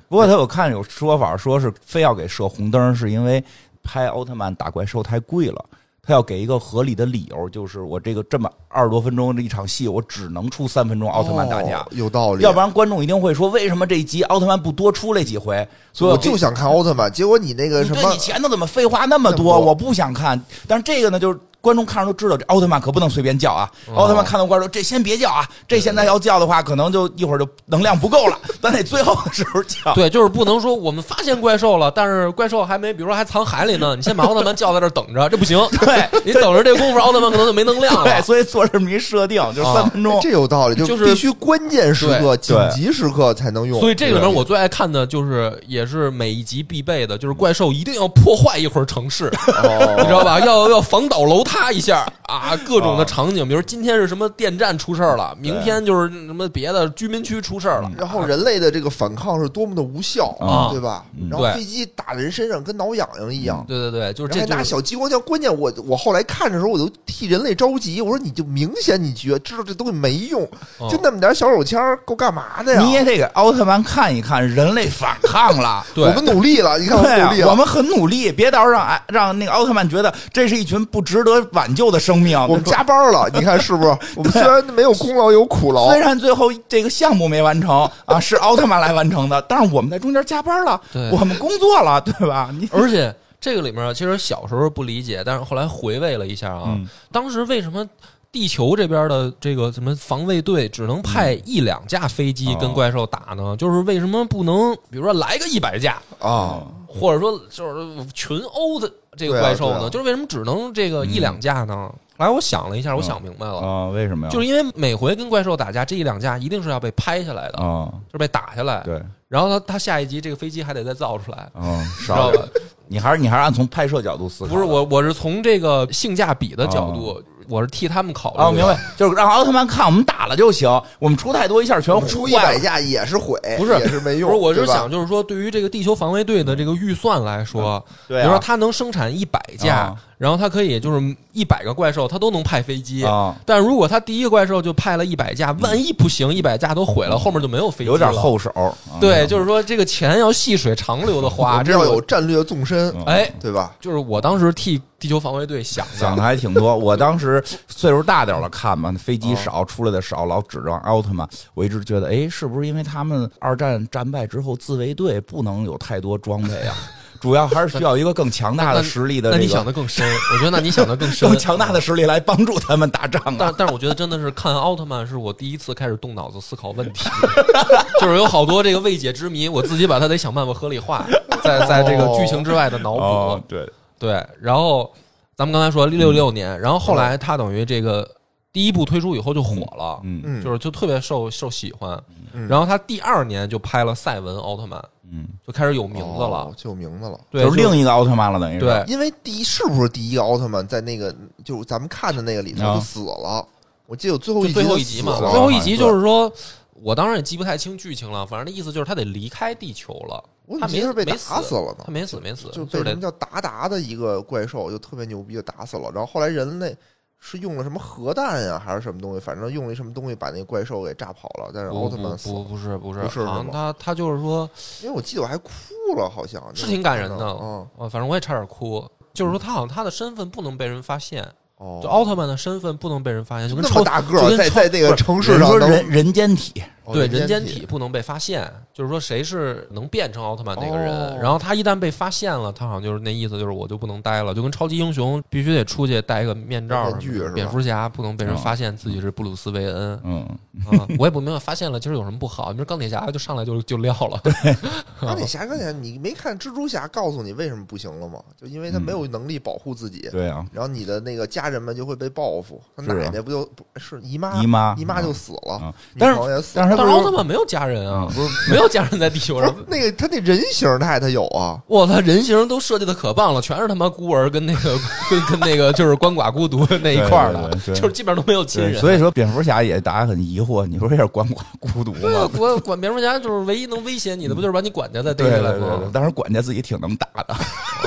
S1: 不过他有看有说法，说是非要给设红灯，是因为拍奥特曼打怪兽太贵了，他要给一个合理的理由，就是我这个这么二十多分钟的一场戏，我只能出三分钟奥特曼打架
S3: 哦，有道理，
S1: 要不然观众一定会说为什么这一集奥特曼不多出来几回？所以
S3: 我就想看奥特曼，结果你那个
S1: 你
S3: 呃什
S1: 对
S3: 么
S1: 你前头怎么废话那么
S3: 那么
S1: 多？
S3: 多
S1: 我不想看。但是这个呢，就是观众看着都知道，这奥特曼可不能随便叫啊！
S2: 哦
S1: 奥特曼看到怪兽，这先别叫啊！这现在要叫的话，可能就一会儿就能量不够了，咱得最后的时候叫。
S2: 对，就是不能说我们发现怪兽了，但是怪兽还没，比如说还藏海里呢，你先把奥特曼叫在这儿等着，这不行。
S1: 对
S2: 你等着这功夫，奥特曼可能就没能量
S1: 对，
S2: 了。
S1: 所以做这么一设定，就是
S2: 啊
S1: 三分钟
S3: 哎。这有道理，
S2: 就是
S3: 必须关键时刻、紧
S1: 对
S3: 急时刻才能用。
S2: 所以这个里面我最爱看的就是，也是每一集必备的，就是怪兽一定要破坏一会儿城市，
S3: 哦
S2: 你知道吧？要要防倒楼塌一下啊，各
S3: 哦
S2: 种的场景，比如今天是什么电站出事儿了，明天就是什么别的居民区出事儿了，
S3: 然后人类的这个反抗是多么的无效
S1: 啊
S3: 对吧？然
S2: 嗯对
S3: 后飞机打人身上跟挠痒痒一样，
S2: 对对对，就是这
S3: 然后还
S2: 就
S3: 拿
S2: 是
S3: 小激光枪。关键我我后来看的时候，我都替人类着急。我说你就明显你觉知道这东西没用，
S2: 嗯
S3: 就那么点小手枪够干嘛的呀？
S1: 你也得给奥特曼看一看，人类反抗了。
S2: 对
S3: 我们努力了，你看我
S1: 对
S3: 们
S1: 啊
S3: 努力，
S1: 我
S3: 了。
S1: 们很努力，别到时候让哎让那个奥特曼觉得这是一群不值得挽救的生命。
S3: 我们加班 了，你看是不是？我们虽然没有功劳，有苦劳
S1: 虽，然最后这个项目没完成啊，是奥特曼来完成的， 但是我们在中间加班了，
S2: 对
S1: 我们工作了， 对吧？你
S2: 而且这个里面其实小时候不理解，但是后来回味了一下啊，
S3: 嗯
S2: 当时为什么？地球这边的这个什么防卫队只能派
S3: 嗯
S2: 一两架飞机
S3: 哦
S2: 跟怪兽打呢？就是为什么不能，比如说来个一百架，
S1: 哦
S3: 啊，
S2: 或者说就是群殴的这个
S3: 对啊
S2: 怪兽呢？
S3: 对啊
S2: 就是为什么只能这个一两架呢？后来我想了一下，我想明白了，
S1: 啊，为什么呀
S2: 哦就是因为每回跟怪兽打架，这一两架一定是要被拍下来的，
S1: 啊，
S2: 就是被打下来。
S1: 对
S2: 然后他他下一集这个飞机还得再造出来，
S1: 啊，
S2: 知
S1: 少
S2: 道吧？
S1: 你还是你还是按从拍摄角度思考，
S2: 不是。我，我是从这个性价比的角度，我是替他们考虑。
S1: 哦，明。白，就是让奥特曼看我们打了就行，我们出太多一下全
S3: 我
S1: 坏
S3: 们
S1: 了
S3: 出一百架也是毁，
S2: 不是
S3: 也是没
S2: 不
S3: 用。
S2: 是，我是
S3: 对吧
S2: 想，就是说，对于这个地球防卫队的这个预算来说，
S1: 对啊
S2: 比如说它能生产一百架
S1: 啊，
S2: 然后它可以就是一百个怪兽，它都能派飞机
S1: 啊。
S2: 但如果它第一个怪兽就派了一百架，万一不行，一百架都毁了，后面就没有飞机
S1: 嗯
S2: 了。
S1: 有点。后手，啊
S2: 对，就是说这个钱要细水长流的
S3: 我
S2: 花，
S3: 们
S2: 这
S3: 要
S2: 是我
S3: 有嗯战略纵深，
S2: 哎，
S3: 对吧？
S2: 就是我当时替地球防卫队想
S1: 想的
S2: 的。
S1: 还挺多。我当时岁数大点儿了，看嘛，飞机
S2: 哦
S1: 少，出来的少，老指着奥特曼。我一直觉得，哎，是不是因为他们二战战败之后，自卫队不能有太多装备啊？主要还是需要一个更强大的实力的、
S2: 那
S1: 这个，
S2: 你想的更深，我觉得那你想的更 深，
S1: 更强大的实力来帮助他们打仗啊
S2: 但！但是我觉得真的是看奥特曼是我第一次开始动脑子思考问题， 就是有好多这个未解之谜，我自己把它得想办法合理化，在在这个剧情之外的脑补。
S1: 哦，对，
S2: 对，然后咱们刚才说
S3: 嗯
S2: 六六年，然后后来它等于这个第一部推出以后就火了，
S1: 嗯
S3: 嗯，
S2: 就是就特别受受喜欢。
S3: 嗯
S2: 然后他第二年就拍了赛文奥特曼，
S1: 嗯，
S2: 就开始有名字了。
S3: 哦就有名字了。
S2: 对，
S1: 就是
S2: 就
S1: 另一个奥特曼了，等于是
S2: 对
S3: 因为第一是不是第一个奥特曼在那个就是咱们看的那个里头
S1: 啊
S3: 就死了？我记得有最后
S2: 就
S3: 一集
S2: 最后一
S3: 就
S2: 集
S3: 死
S2: 嘛，
S3: 了
S2: 最后一集就是说，我当然也记不太清剧情了，反正那意思就是他得离开地球了
S3: 我，
S2: 他
S3: 怎么
S2: 没
S3: 记得是被
S2: 没
S3: 打死了呢
S2: 他没死没死，
S3: 就
S2: 就
S3: 被
S2: 是
S3: 什
S2: 得
S3: 么叫达达的一个怪兽就特别牛逼就打死了。然后后来人类是用了什么核弹呀、还是什么东西，反正用了什么东西把那个怪兽给炸跑了，但是
S2: 不
S3: 奥特
S2: 不
S3: 曼死
S2: 不
S3: 了。
S2: 不是不是，
S3: 不是
S2: 好
S3: 是
S2: 像
S3: 吗
S2: 他他就是说，
S3: 因为我记得我还哭了，好像
S2: 是挺感人的
S3: 嗯，
S2: 呃，反正我也差点哭。就是说，他好像他的身份不能被人发现，
S3: 哦，
S2: 就奥特曼的身份不能被人发现，就跟
S3: 那
S2: 超
S3: 么大个
S2: 就
S3: 儿
S2: 跟
S3: 在
S2: 超
S3: 在那个城市
S1: 人
S3: 上
S1: 说
S3: 能
S1: 人人间体，
S3: 哦
S2: 对人间
S3: 间
S2: 体不能被发现，就是说谁是能变成奥特曼那个
S3: 哦
S2: 人。然后他一旦被发现了，他好像就是那意思，就是我就不能待了，就跟超级英雄必须得出去戴一个面罩
S3: 面
S2: 什么
S3: 具
S2: 的
S3: 是吧
S2: 蝙蝠侠不能被人发现自己是布鲁斯韦 恩。
S1: 嗯，
S2: 啊，我也不明白发现了其实有什么不好，你说钢铁侠就上来就就撂 了，
S3: 钢
S2: 嗯
S3: 铁侠，钢铁侠，你没看蜘蛛侠告诉你为什么不行了吗？就因为他没
S2: 嗯
S3: 有能力保护自己，
S1: 对啊，
S3: 然后你的那个家人们就会被报复。他
S1: 是啊
S3: 奶奶不就是姨妈
S1: 姨妈
S3: 姨妈就死了
S1: 啊，
S3: 女
S1: 但
S2: 嗯
S3: 朋友也
S1: 是
S3: 死了
S1: 但是他嗯
S2: 但
S3: 不
S2: 是
S3: 是
S2: 奥特曼没有家人
S3: 嗯
S2: 啊，
S1: 不是
S2: 没有家人在地球
S3: 不是
S2: 上。
S3: 那个他那人形态他有啊，
S2: 我操，人形都设计的可棒了，全是他妈孤儿跟那个 跟跟那个就是鳏寡孤独那一块儿的，
S1: 对对对对
S2: 就是基本上都没有亲
S1: 对，
S2: 人。
S1: 所以说蝙蝠侠也大家很疑惑，你不是也是管管孤独
S2: 对啊
S1: 吗？，
S2: 管管蝙蝠侠就是唯一能威胁你的，不就是把你管家再逮
S1: 对
S2: 起
S1: 对
S2: 来
S1: 对对，
S2: 吗？
S1: 当时管家自己挺能打的，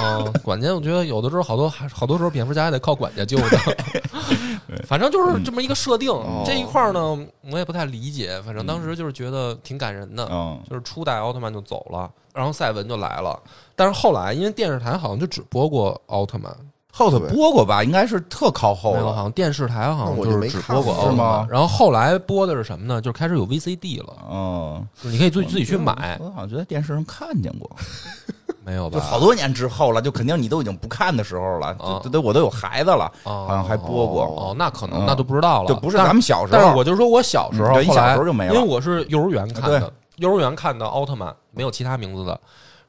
S2: 啊，管家，我觉得有的时候好多还好多时候蝙蝠侠还得靠管家救 的。反正
S1: 嗯
S2: 就是这么一个设定，
S1: 哦
S2: 这一块儿呢，我也不太理解。反正当时就是觉得挺感人的，
S1: 嗯，
S2: 就是初代奥特曼就走了，然后赛文就来了。但是后来因为电视台好像就只播过奥特曼，
S1: 后头播过吧，应该是特靠后
S2: 没有，
S1: 了，
S2: 好像电视台好像
S3: 那
S2: 就
S3: 我就是没
S2: 只
S3: 看
S2: 播过
S3: 过
S2: 奥特
S1: 是
S2: 曼
S1: 吗。
S2: 然后后来播的是什么呢？就是开始有 VCD 了，
S1: 嗯，
S2: 就是你可以自己自己去买，
S1: 我好像觉得电视上看见过，
S2: 没有吧？
S1: 就好多年之后了，就肯定你都已经不看的时候了，
S2: 啊
S1: 这这都我都有孩子了，
S2: 啊
S1: 好像还播过，
S2: 哦，那可能
S1: 嗯
S2: 那都不知道了，
S1: 就不是
S2: 但
S1: 咱们小时候。
S2: 但是我就说我小时候，
S1: 嗯对你
S2: 后来
S1: 小时候就没了
S2: 因为我是幼儿园看
S1: 对
S2: 的，幼儿园看的奥特曼，没有其他名字的。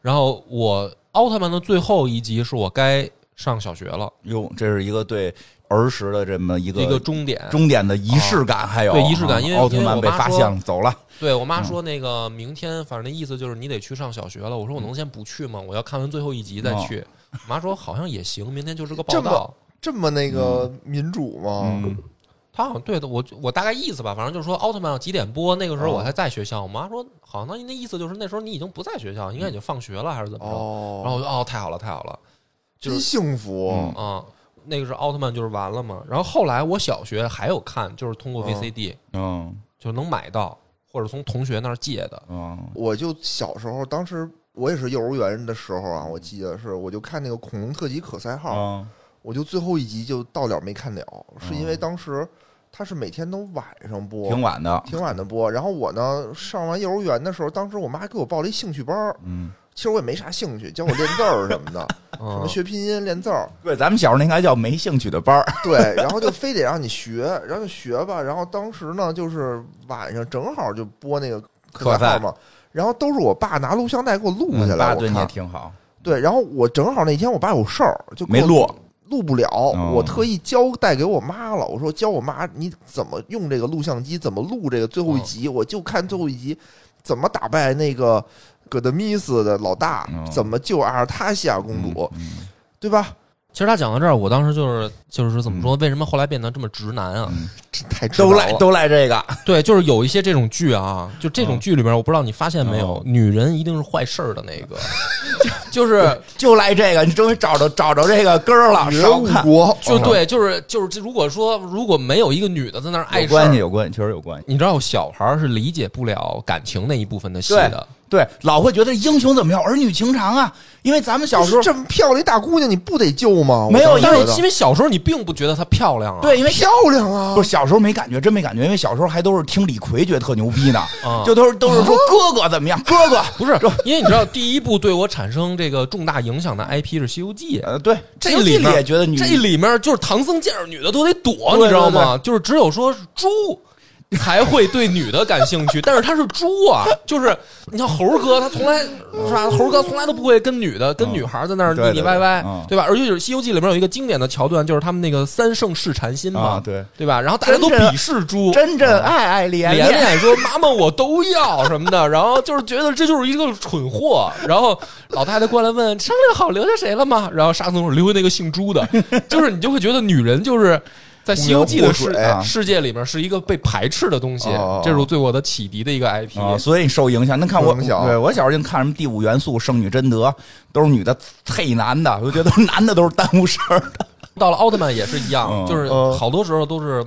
S2: 然后我奥特曼的最后一集是我该上小学了，
S1: 哟，这是一个对儿时的这么一个
S2: 一个终点。
S1: 终点的仪式感，还有
S2: 对仪式感
S1: 啊
S2: 因为
S1: 奥特
S2: 因为
S1: 曼
S2: 我
S1: 被
S2: 妈
S1: 发
S2: 说
S1: 现了，走了，
S2: 对我
S3: 嗯
S2: 妈说，那个明天，反正那意思就是你得去上小学了。我
S3: 嗯
S2: 说我能先不去吗？我要看完最后一集再去。我妈说好像也行，明天就是个报
S3: 哦这
S2: 道
S3: 么。这么那个民主吗？
S1: 嗯，
S2: 她好像对的，我我大概意思吧，反正就是说奥特曼要几点播，那个时候我
S3: 哦
S2: 还在学校。我妈说好像那意思就是那时候你已经不在学校，应该已经放学了还是怎么着？然后
S3: 哦，
S2: 我就哦，太好了，太好了，就
S3: 真
S2: 是
S3: 幸福
S1: 嗯，
S2: 啊、那个是奥特曼，就是完了嘛。然后后来我小学还有看，就是通过
S3: 嗯
S2: VCD、
S1: 嗯
S2: 就能买到，或者从同学那儿借的。
S1: 嗯，
S3: 我就小时候，当时我也是幼儿园的时候啊，我记得是，我就看那个《恐龙特级可赛号》，
S1: 嗯
S3: 我就最后一集就到点没看了，是因为
S1: 嗯
S3: 当时它是每天都晚上播，
S1: 挺晚的，
S3: 挺晚的播。然后我呢，上完幼儿园的时候，当时我妈给我报了一兴趣班儿，
S1: 嗯，
S3: 其实我也没啥兴趣，教我练字儿什么的，什
S2: 嗯
S3: 么，学拼音、练字儿，
S1: 对，咱们小时候那应该叫没兴趣的班儿，
S3: 对，然后就非得让你学，然后就学吧。然后当时呢，就是晚上正好就播那个课
S1: 课
S3: 赛
S1: 赛嗯
S3: 号嘛，然后都是我爸拿录像带给我录下来，
S1: 爸
S3: 我
S1: 对你也
S3: 看
S1: 挺好，
S3: 对，然后我正好那天我爸有事儿，就给
S1: 没
S3: 我
S1: 录，
S3: 录不了，
S1: 哦
S3: 我特意交代给我妈了。我说教我妈你怎么用这个录像机，怎么录这个最
S1: 哦
S3: 后一集，我就看最后一集怎么打败那个戈德米斯的老大，
S1: 哦
S3: 怎么救阿尔塔西亚公主，
S1: 嗯，嗯
S3: 对吧？
S2: 其实他讲到这儿，我当时就是就是怎
S1: 嗯
S2: 么说，为什么后来变得这么直男啊？
S3: 这太直
S1: 都
S3: 白
S1: 赖
S3: 了
S1: 都赖这个，
S2: 对，就是有一些这种剧啊，就这种剧里面，我不知道你发现没有，
S1: 哦
S2: 女人一定是坏事儿的那 个，就就是
S1: 就赖这个，你终于找着找着这个根儿了，
S3: 女人
S1: 少
S3: 误
S1: 看，
S3: 国，
S2: 就对，就是就是，如果说如果没有一个女的在那儿碍
S1: 有
S2: 事儿
S1: 关系，有关系，确实有关系。
S2: 你知道小孩儿是理解不了感情那一部分的戏的，
S1: 对，老会觉得英雄怎么样，儿女情长啊，因为咱们小时候
S3: 这么漂亮一大姑娘，你不得救吗？
S1: 没有
S3: 我当
S2: 但
S3: 时
S1: 因
S3: 觉
S2: 是
S3: 得
S2: 因为小时候你并不觉得她漂亮啊，
S1: 对，因为
S3: 漂亮啊，
S1: 不是小时候没感觉，真没感觉，因为小时候还都是听李逵觉得特牛逼呢，
S2: 啊
S1: 就都是都是说哥哥怎么样，哥哥，
S2: 不是， 因为你知道，第一部对我产生这个重大影响的 IP 是《西游记》，
S1: 呃，对，
S2: 这里面
S1: 也觉得女
S2: 这里面就是唐僧见着女的都得躲，
S1: 对
S2: 你知道吗？就是只有说猪才会对女的感兴 趣，但是他是猪啊，就是你像猴哥，他从来是吧？猴哥从来都不会跟女的、跟女孩在那儿
S1: 嗯对
S2: 腻腻歪歪
S1: 对对嗯，
S2: 对吧？而且就是《西游记》里面有一个经典的桥段，就是他们那个三圣试禅心嘛
S1: 啊，，对，
S2: 对吧？然后大家都
S1: 真是
S2: 鄙视猪，
S1: 真正爱爱莲
S2: 连
S1: 莲，
S2: 连说：“妈妈，我都要什么的。”然后就是觉得这就是一个蠢货。然后老太太过来问：“商量好留下谁了吗？”然后沙僧说：“留下那个姓朱的。”就是你就会觉得女人就是在《西游记》的世
S3: 红颜祸水啊
S2: 世界里面是一个被排斥的东西
S3: 哦哦哦，哦
S2: 这是我对我的启迪的一个 IP。
S1: 啊，所以受影响。那看我，
S3: 受影响
S1: 对我小时候就看什么《第五元素》《圣女贞德》，都是女的配男的，我就觉得男的都是耽误事儿的。
S2: 到了奥特曼也是一样，
S1: 嗯
S2: 就是
S3: 嗯
S2: 好多时候都是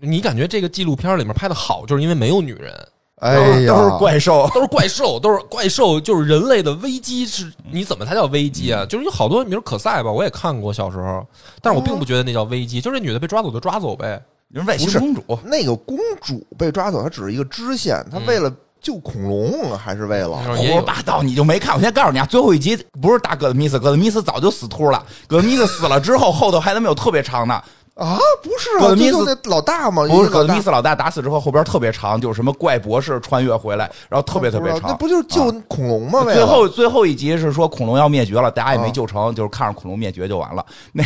S2: 你感觉这个纪录片里面拍的好，就是因为没有女人，
S3: 哎呀，
S1: 都是怪兽。
S2: 都是怪兽，都是怪兽，就是人类的危机是？你怎么才叫危机
S3: 嗯
S2: 啊？就是有好多，比如可赛吧，我也看过小时候，但是我
S1: 哦
S2: 并不觉得那叫危机，就是那女的被抓走就抓走呗。
S1: 你说外星公主，
S3: 那个公主被抓走，她只是一个支线，她为了救恐龙，啊还是为了
S1: 胡
S2: 也
S1: 说
S2: 有
S1: 八道，你就没看？我先告诉你啊，最后一集 不是打葛德米斯，葛德米斯早就死秃了。葛德米斯死了之后，后头还他妈有特别长的，
S3: 啊，不是啊，
S1: 戈德米斯
S3: 就就那老大嘛，
S1: 不是
S3: 有
S1: 戈
S3: 一个老
S1: 德
S3: 大
S1: 米斯老大打死之后，后边特别长，就是什么怪博士穿越回来，然后特别特别
S3: 不知道那
S1: 长。
S3: 不就是救恐龙吗？为
S1: 最
S3: 了
S1: 后最后一集是说恐龙要灭绝了，大家也没
S3: 啊
S1: 救成，就是看着恐龙灭绝就完了。那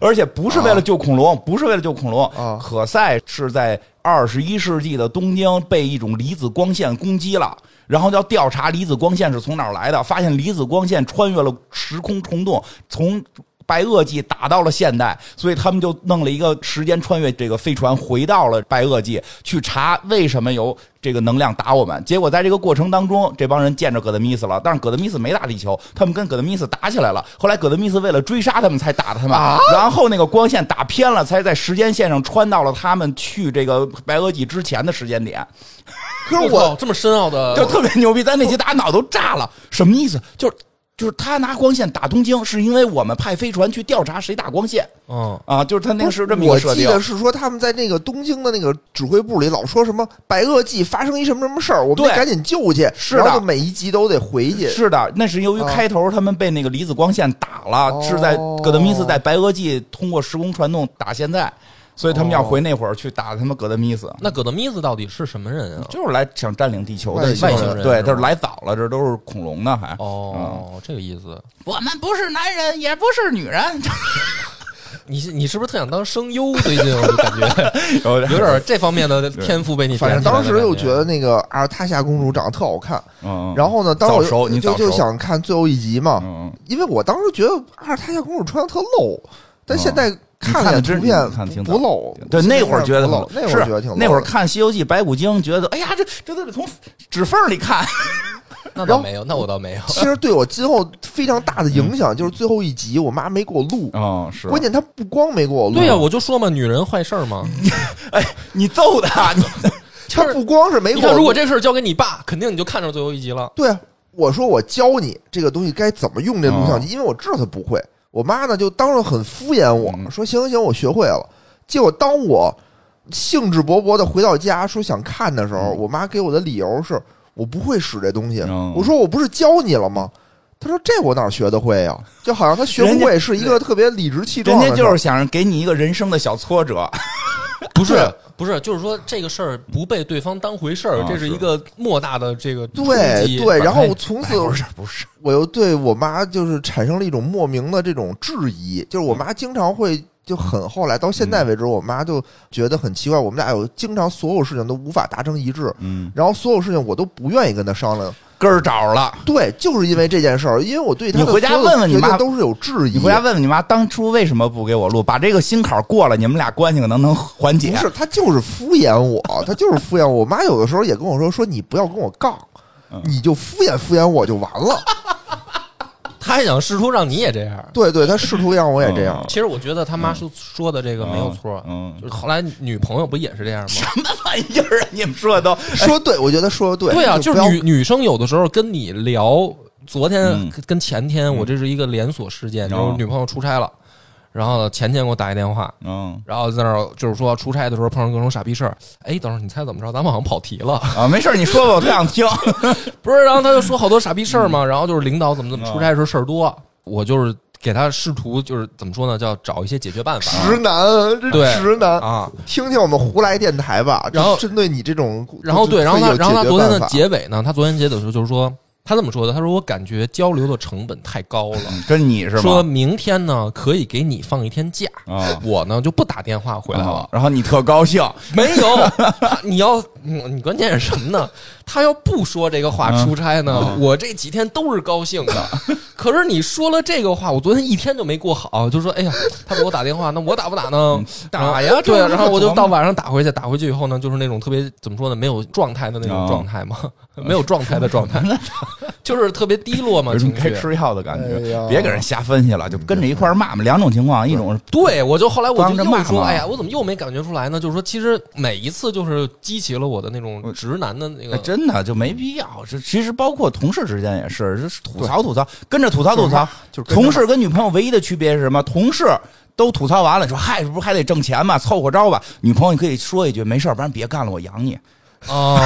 S1: 而且不是为了救恐龙，不是为了救恐龙，
S3: 啊
S1: 可赛是在二十一世纪的东京被一种离子光线攻击了。然后要调查离子光线是从哪儿来的，发现离子光线穿越了时空虫洞，从白垩纪打到了现代，所以他们就弄了一个时间穿越这个飞船回到了白垩纪，去查为什么有这个能量打我们。结果在这个过程当中，这帮人见着戈德米斯了，但是戈德米斯没打地球，他们跟戈德米斯打起来了。后来戈德米斯为了追杀他们才打的他们，
S3: 啊
S1: 然后那个光线打偏了，才在时间线上穿到了他们去这个白垩纪之前的时间点。
S3: 可是
S2: 操
S3: 我
S2: 这么深奥
S3: 呃
S2: 的
S1: 就特别牛逼。咱那集打脑都炸了，什么意思？就是就是他拿光线打东京，是因为我们派飞船去调查谁打光线
S2: 嗯，
S1: 啊？就是他那
S3: 不
S1: 个
S3: 是
S1: 是这么一个设
S3: 我记
S1: 定。
S3: 得是说他们在那个东京的那个指挥部里老说什么白垩纪发生一什么什么事儿，我们得
S1: 对
S3: 赶紧救去，
S1: 是的
S3: 然后就每一集都得回去。
S1: 是的，那是由于
S3: 啊
S1: 开头他们被那个离子光线打了，
S3: 哦
S1: 是在戈德米斯在白垩纪通过时空传动打现在，所以他们要回那会儿去打他们戈德米斯。
S3: 哦
S2: 那葛德米斯到底是什么人啊？
S1: 就是来想占领地球的
S3: 外星人
S1: 对，
S2: 是吧
S1: 他是来早了，这都是恐龙呢，还
S3: 嗯
S2: 哦，这个意思。
S1: 我们不是男人，也不是女 人，
S2: 你是你是不是特想当声优？最近我就感 觉
S1: 有
S2: 有点这方面的天赋被你
S3: 反
S2: 点
S3: 正
S2: 起来的
S3: 当
S2: 感觉。
S3: 时就觉得那个阿尔塔夏公主长得特好看，
S1: 嗯，
S3: 然后呢，当时我
S1: 早熟
S3: 就
S1: 你
S3: 就
S1: 早熟
S3: 就想看最后一集嘛，
S1: 嗯，
S3: 因为我当时觉得阿尔塔夏公主穿的特露，但
S1: 嗯
S3: 现在看
S1: 看
S3: 了
S1: 的
S3: 图
S1: 真
S3: 片
S1: 看得挺
S3: 不
S1: 早
S3: 露。
S1: 对，
S3: 现在
S1: 那会儿觉得啊
S3: 不嗯露，那会儿觉得挺露的。
S1: 那会儿看《 西游记》白骨精，觉得哎呀，这这都得从指缝里看。
S2: 那倒没有，那我倒没有。
S3: 其实对我今后非常大的影响就是最后一集我妈没给我录，
S1: 哦，嗯是
S3: 关键她不光没给我录，
S2: 对呀、我就说嘛，女人坏事儿嘛。
S1: 你揍 他，你
S3: 她不光是没
S2: 你
S3: 给我
S2: 看，
S3: 录，
S2: 如果这事儿交给你爸，肯定你就看着最后一集了。
S3: 对啊，我说我教你这个东西该怎么用这录像机，
S1: 啊
S3: 因为我知道他不会。我妈呢就当着很敷衍我、
S1: 嗯
S3: 说行行行，我学会了。结果当我兴致勃勃的回到家说想看的时候，
S1: 嗯
S3: 我妈给我的理由是我不会使这东西。
S1: 嗯
S3: 我说我不是教你了吗？她说这我哪学得会呀、就好像她学
S1: 人
S3: 不
S1: 家
S3: 会是一个特别理直气壮
S1: 人
S3: 的事
S1: 家
S3: 儿。
S1: 就是想给你一个人生的小挫折。
S2: 不是
S3: 对
S2: 不是，就是说这个事儿不被对方当回事儿，
S1: 啊
S2: 这是
S1: 是
S2: 一个莫大的这个冲
S3: 对
S2: 击
S3: 对，然后
S2: 哎
S3: 从
S1: 哎
S3: 此
S1: 不是不是，
S3: 我又对我妈就是产生了一种莫名的这种质疑，就是
S1: 嗯
S3: 我妈经常会就很后来到现在为止，我妈就觉得很奇怪，我们俩有经常所有事情都无法达成一致，
S1: 嗯，
S3: 然后所有事情我都不愿意跟她商量。
S1: 根儿找了。
S3: 对，就是因为这件事儿，因为我对她的
S1: 你回家
S3: 所有
S1: 问问你
S3: 决定
S1: 妈
S3: 都是有质疑。
S1: 你回家问问你妈，当初为什么不给我录？把这个心坎儿过了，你们俩关系可能能缓解
S3: 不。是，她就是敷衍我，她就是敷衍我。我妈有的时候也跟我说，说你不要跟我杠
S1: 嗯，
S3: 你就敷衍敷衍我就完了。
S2: 他还想试图让你也这样。
S3: 对对，她试图让我也这样
S1: 嗯。
S2: 其实我觉得他妈说说的这个没有错，
S1: 嗯嗯
S2: 就是后来女朋友不也是这样吗？
S1: 什么玩意儿啊！你们说的都
S3: 说对，我觉得说的对。
S2: 对啊，
S3: 就
S2: 就
S3: 不
S2: 是
S3: 要
S2: 女女生有的时候跟你聊，昨天
S1: 嗯
S2: 跟跟前天，我这是一个连锁事件，
S1: 嗯
S2: 就是女朋友出差了，然后前天给我打一电话，
S1: 嗯
S2: 然后在那儿就是说出差的时候碰上各种傻逼事儿。哎，等会儿你猜怎么着？咱们好像跑题了，
S1: 啊，没事儿，你说吧，我特想 听。
S2: 不是？然后他就说好多傻逼事儿
S3: 嗯
S2: 嘛，然后就是领导怎么怎么出差的时候事儿多，我就是给他试图就是怎么说呢，叫找一些解决办法
S3: 直男，
S2: 对
S3: 这直男，
S2: 啊。
S3: 听听我们胡来电台吧。
S2: 然后
S3: 这针对你这种，
S2: 然后对，
S3: 这
S2: 然后
S3: 这
S2: 他
S3: 有
S2: 然后他
S3: 解决
S2: 昨天的
S3: 办法
S2: 结尾呢，他昨天结尾的时候就是说他这么说的，他说我感觉交流的成本太高了。
S1: 嗯跟你是吗？
S2: 说明天呢可以给你放一天假，
S1: 啊，
S2: 我呢就不打电话回来
S3: 哦
S2: 了
S1: 啊。然后你特高兴，
S2: 没有，他你要嗯你关键是什么呢？他要不说这个话
S1: 嗯
S2: 出差呢，我这几天都是高兴 的。可是你说了这个话，我昨天一天就没过好，就说哎呀，他给我打电话，那我打不打呢？
S1: 打呀
S2: 然后对
S1: 嗯这
S2: 啊，
S1: 不是
S2: 然后我
S1: 琢
S2: 就
S1: 磨
S2: 到晚上打回去，打回去以后呢，就是那种特别怎么说呢，没有状态的那种
S1: 啊
S2: 状态嘛，没有状态的状 态，就是特别低落嘛，
S1: 有一种
S2: 情
S1: 该
S2: 绪。
S1: 吃药的感觉
S3: 哎呀，
S1: 别给人瞎分析了，就跟着一块儿骂嘛。两种情况，一种是
S2: 对，我就后来我
S1: 帮
S2: 就
S1: 着
S2: 又
S1: 骂
S2: 说，
S1: 嘛
S2: 哎呀，我怎么又没感觉出来呢？就是说，其实每一次就是激起了我的那种直男的那
S1: 哎
S2: 个，
S1: 真的就没必要。这其实包括同事之间也是，就是吐槽吐槽，跟着吐槽吐槽。
S3: 就是跟着
S1: 同事跟女朋友唯一的区别是什么？同事都吐槽完了，说嗨，这不是还得挣钱吗？凑合着吧。女朋友你可以说一句没事儿，不然别干了，我养你。
S2: 哦，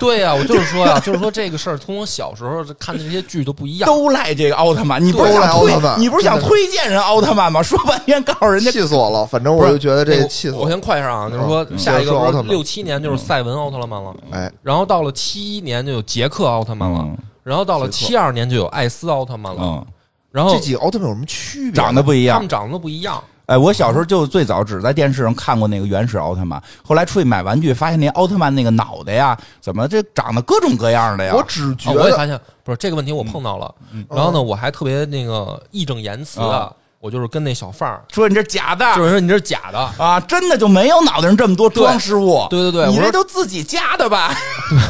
S2: 对呀、我就是说 呀、就是说这个事儿，从我小时候看的这些剧都不一样。
S1: 都赖这个奥特曼，你不是
S3: 都赖
S1: 想
S3: 奥特
S1: 推，
S3: 曼
S1: 你不是想
S3: 真的
S1: 推荐人奥特曼吗？说半天告诉人家
S3: 气死我了！反正我就觉得这个气死
S2: 我。我
S3: 了。
S2: 先快上啊，就是
S3: 嗯
S2: 说下一
S3: 说奥
S2: 个
S3: 特
S2: 不
S3: 曼
S2: 是六七年就是赛文奥特曼了，
S3: 哎，
S2: 然后到了七一年就有杰克奥特曼了，
S1: 嗯
S2: 然后到了
S3: 杰克
S2: 七二年就有艾斯奥特曼了，
S1: 嗯，
S2: 然后
S3: 这几个奥特曼有什么区别？啊
S1: 长得不一
S2: 他
S1: 样
S2: 们。长得都不一样。
S1: 哎，我小时候就最早只在电视上看过那个原始奥特曼，后来出去买玩具，发现那奥特曼那个脑袋呀，怎么这长得各种各样的呀？
S3: 我只觉
S2: 啊我也
S3: 得
S2: 发现不是这个问题，我碰到了。然后呢，我还特别那个义正言辞
S1: 啊
S2: 的，我就是跟那小贩儿，
S1: 说你这假的
S2: 就是说你这是假的，
S1: 啊，真的就没有脑袋上这么多装饰物。
S2: 对对对
S1: 你这
S2: 我说
S1: 都自己加的吧？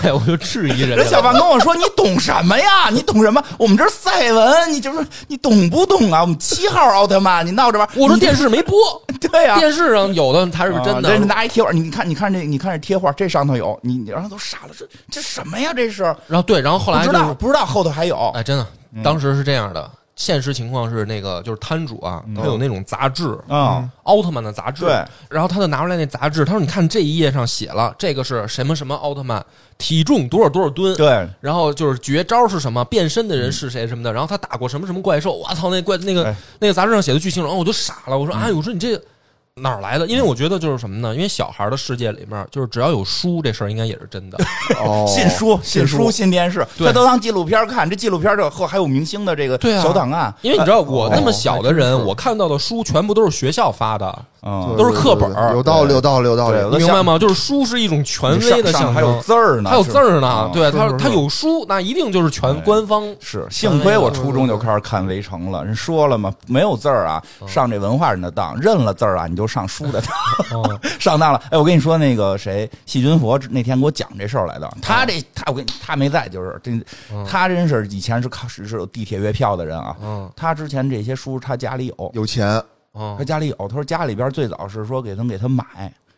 S2: 对， 我就质疑人家
S1: 人
S2: 了。
S1: 小范跟我说：“你懂什么呀？你懂什么？我们这是赛文，你就是你懂不懂啊？我们七号奥特曼，你闹着玩儿。”
S2: 我说
S1: 你
S2: 电视没 播，
S1: 对
S3: 啊
S1: 呀、
S2: 电视上有的它是真
S1: 啊
S2: 的
S1: 人家。拿一贴画，你看，你看这，你看这贴画，这上头有你，你然后都傻了，这这什么呀？这是
S2: 然后对，然后后来
S1: 不知
S2: 就
S1: 道，
S2: 是
S1: 不知道后头还有。
S2: 哎，真的，
S1: 嗯
S2: 当时是这样的。现实情况是，那个就是摊主啊，他有那种杂志，
S1: 嗯，
S2: 奥特曼的杂志。
S1: 对，
S2: 然后他就拿出来那杂志，他说：“你看这一页上写了，这个是什么什么奥特曼，体重多少多少吨，
S1: 对，嗯
S2: 然后就是绝招是什么，变身的人是谁什么的，然后他打过什么什么怪兽，我操，那怪那个
S1: 哎
S2: 那个杂志上写的巨清楚，然后我就傻了，我说啊，哎我说你这哪儿来的？因为我觉得就是什么呢？因为小孩的世界里面，就是只要有书这事儿，应该也是真的。
S3: 哦
S1: 信书、嗯信书、
S3: 书
S1: 信电视，
S2: 对
S1: 这都当纪录片儿看。这纪录片儿这后还有明星的这个
S2: 对啊
S1: 小档案，
S2: 因为你知道，我那么
S3: 哦
S2: 小的人，我看到的书全部都是学校发的，
S1: 嗯
S2: 都是课本儿
S3: 有道理，有道理，有道
S1: 对
S3: 理。
S2: 你明白吗？就是书是一种权威的
S1: 上
S2: 象
S1: 上还有
S2: 征，
S1: 字儿呢，
S2: 还有字儿
S1: 是哎
S2: 呢
S1: 吧。哦
S2: 对，
S3: 是
S2: 它
S3: 是
S2: 它
S3: 是
S2: 有书，那一定就是全 官方。
S1: 是，幸亏我初中就开始看《围城》了。人说了嘛，没有字儿啊，上这文化人的当；认了字儿啊，你就上书的当，
S2: 哦
S1: 上当了。哎，我跟你说，那个谁，细菌佛那天给我讲这事儿来的。他这他，我跟你他没在，就是这，他真是以前是靠是是有地铁月票的人啊。
S2: 嗯
S1: 他之前这些书他家里有，
S3: 有钱，
S1: 他
S2: 嗯
S1: 家里有。他说家里边最早是说给他们给他买，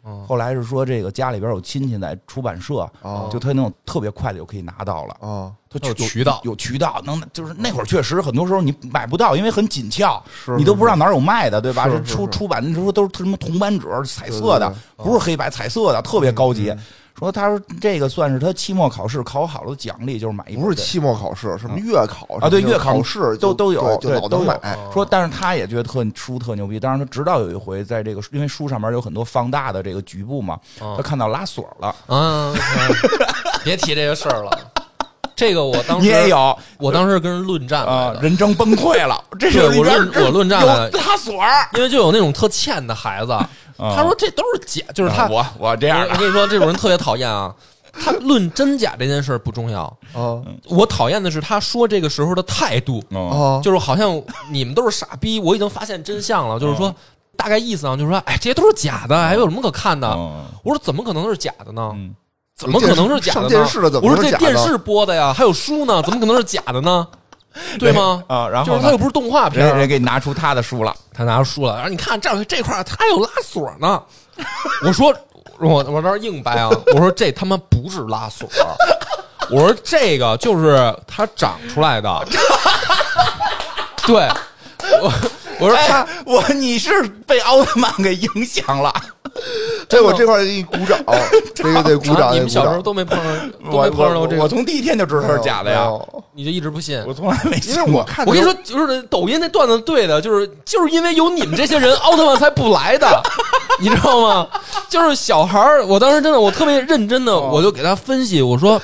S2: 嗯，
S1: 后来是说这个家里边有亲戚在出版社，
S3: 哦
S1: 就他那种特别快的就可以拿到了。
S3: 啊，
S1: 它
S2: 它有渠道
S1: 有渠道，能就是那会儿确实很多时候你买不到，因为很紧俏，
S3: 是
S1: 你都不知道哪儿有卖的，对吧？这
S3: 是是
S1: 出
S3: 是
S1: 出版那时候都是什么铜版纸，彩色的
S3: 对对，嗯
S1: 不是黑白，彩色的，特别高级。说他说这个算是他期末考试考好了的奖励，就是买一本
S3: 不是
S1: 这个
S3: 期末考试，什么月考
S1: 啊，对，
S3: 月
S1: 月考
S3: 试
S1: 都
S3: 就
S1: 都有，
S3: 对就老
S1: 都
S3: 能
S1: 有
S2: 嗯
S3: 买。啊哦
S1: 说，但是他也觉得特书特牛逼。当然，他直到有一回在这个，因为书上面有很多放大的这个局部嘛，
S2: 嗯
S3: 哦
S1: 他看到拉锁了。
S2: 啊， 别提这个事儿了。这个我当时
S1: 你也，有，
S2: 我当时跟人论战
S1: 啊
S2: 来，的，
S1: 人争崩溃 了。这是
S2: 对
S1: 里
S2: 我
S1: 边
S2: 论我论战了
S1: 有拉锁儿。
S2: 因为就有那种特欠的孩子，他说这都是假，就是他
S1: 啊我我这样
S2: 我我
S1: 的，
S2: 跟你说，这种人特别讨厌啊。他论真假这件事儿不重要，
S3: 啊
S2: 我讨厌的是他说这个时候的态度，
S1: 哦
S3: 啊，
S2: 嗯就是好像你们都是傻逼，我已经发现真相了，就是
S3: 嗯
S2: 说大概意思啊，就是说，哎，这些都是假的，还有什么可看的？
S3: 嗯
S2: 我说怎么可能都是假的呢？
S1: 嗯
S2: 怎么可能是假的
S3: 上
S2: 呢？
S3: 电视了怎么
S2: 我
S3: 能
S2: 说
S3: 是
S2: 这
S3: 假的
S2: 电视播的呀，还有书呢，怎么可能是假的 呢？对吗？
S1: 啊，然
S2: 就
S1: 后
S2: 是他又
S1: 呢
S2: 不是动画片
S1: 人人
S2: 儿，
S1: 给你拿出他的书了，
S2: 他拿着书了，然后你看这这块儿他还有拉锁呢。我说我我这儿硬掰啊，我说这他妈不是拉锁，我说这个就是它长出来的。对，我我说他
S1: 哎，我你是被奥特曼给影响了，
S3: 这我这块儿给你鼓 掌，这个得鼓
S2: 啊
S3: 掌，
S2: 你们
S3: 得鼓
S2: 小时候
S3: 掌。
S2: 都没碰上，都
S1: 我
S2: 没碰上
S1: 我
S2: 过这
S1: 我
S2: 个，
S1: 从第一天就知道它是假的呀，
S3: 没有
S2: 你就一直不信。
S1: 哦我从来没
S3: 哦因
S1: 信
S3: 为
S1: 过，
S3: 我 看，
S2: 我跟你说，，就是抖音那段子对的，就是就是因为有你们这些人， 奥特曼才不来的，你知道吗？就是小孩儿，我当时真的，我特别认真的，我就给他分析，我说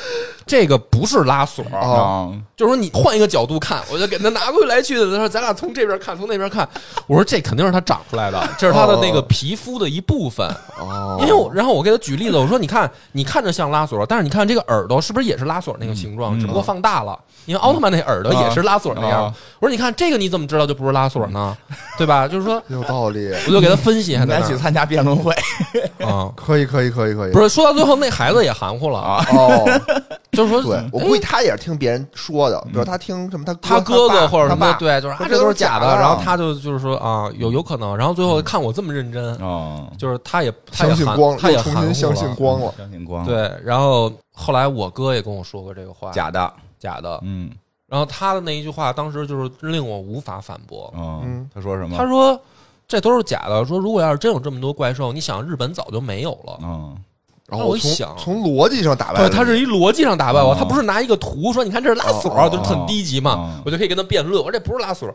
S2: 这个不是拉锁，
S1: 啊
S2: 就是说你换一个角度看，我就给他拿过来去的，他说咱俩从这边看，从那边看， 哦我说这肯定是它长出来的，这是它的那个皮肤的一部分。
S3: 哦
S2: 因为我，然后我给他举例子，我说你看，你看着像拉锁，但是你看这个耳朵是不是也是拉锁那个形状，只不过放大了。因为奥特曼那耳朵也是拉锁那样。
S1: 啊
S2: 我说你看这个你怎么知道就不是拉锁 呢？对吧？就是说，
S3: 有道理，
S2: 我就给他分析，还
S1: 应
S2: 在
S1: 该
S2: 那
S1: 去
S2: 儿
S1: 参加辩论会，
S2: 啊。
S3: 可以，可以，可以，可以。
S2: 不是说到最后，那孩子也含糊了，
S1: 啊
S3: 哦，
S2: 就是说，
S3: 对，我
S2: 哎嗯
S3: 估计他也是听别人说的，比如他听什么他
S2: 他哥哥
S3: 他爸
S2: 或者
S3: 他
S2: 什么
S3: 爸
S2: 的，对，就是啊，
S3: 说
S2: 这
S3: 这
S2: 都
S3: 都
S2: 是
S3: 是
S2: 假
S3: 假
S2: 的。
S3: 的嗯
S2: 然后他就就是说啊，有有可能。然后最后看我这么认真，
S1: 哦，
S2: 就是他也他也
S3: 相信
S2: 含
S3: 光，
S2: 他也
S3: 又重
S2: 含糊
S3: 新相信
S2: 了。嗯
S3: 光了。
S1: 相信光
S2: 对，然后后来我哥也跟我说过这个话，
S1: 假的，
S2: 假的。
S1: 嗯
S2: 然后他的那一句话，当时就是令我无法反驳。
S1: 嗯
S3: 嗯，
S1: 他说什么？
S2: 他说：“这都是假的。说如果要是真有这么多怪兽，你想日本早就没有了。
S1: 嗯
S3: 然
S2: 那
S3: 后
S2: 我一
S3: 从
S2: 想
S3: 从逻辑上打败
S2: 对，
S3: 了
S2: 他是一逻辑上打败我，
S1: 哦
S2: 他不是拿一个图说你看这是拉锁
S3: 啊哦哦，
S2: 就很低级嘛
S1: 哦，
S2: 我就可以跟他辩论，我说这不是拉锁。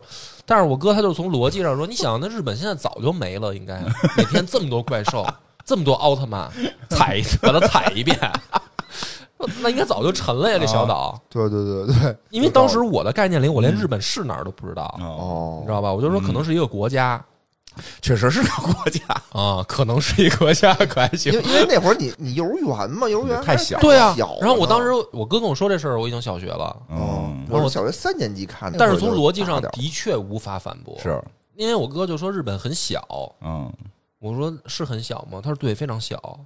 S2: 但是我哥他就从逻辑上说，你想那日本现在早就没了， 应该每天这么多怪兽，这么多奥特曼，踩一把它踩一遍， 那应该早就沉了呀，这小岛。
S3: 对对对对，
S2: 因为当时我的概念里，我连日本是哪儿都不知道，
S1: 哦，
S2: 你
S3: 嗯哦
S2: 知，道吧？我就说可能是一个国家
S1: 确实是个国家，
S2: 啊，可能是一个国家，可还行
S3: 因。为因为那会儿你你幼儿园嘛，幼儿园
S1: 太
S3: 还
S1: 小
S2: 对啊
S3: 小了，
S2: 然后我
S3: 呢
S2: 当时我哥跟我说这事儿，我已经小学了，
S3: 嗯
S1: 嗯，，
S3: 我是小学三年级看的，
S2: 但是从逻辑
S3: 那
S2: 上
S3: 会儿就大点
S2: 的确无法反驳，
S1: 是，
S2: 因为我哥就说日本很小，
S1: 嗯，
S2: 我说是很小吗？他说对，非常小。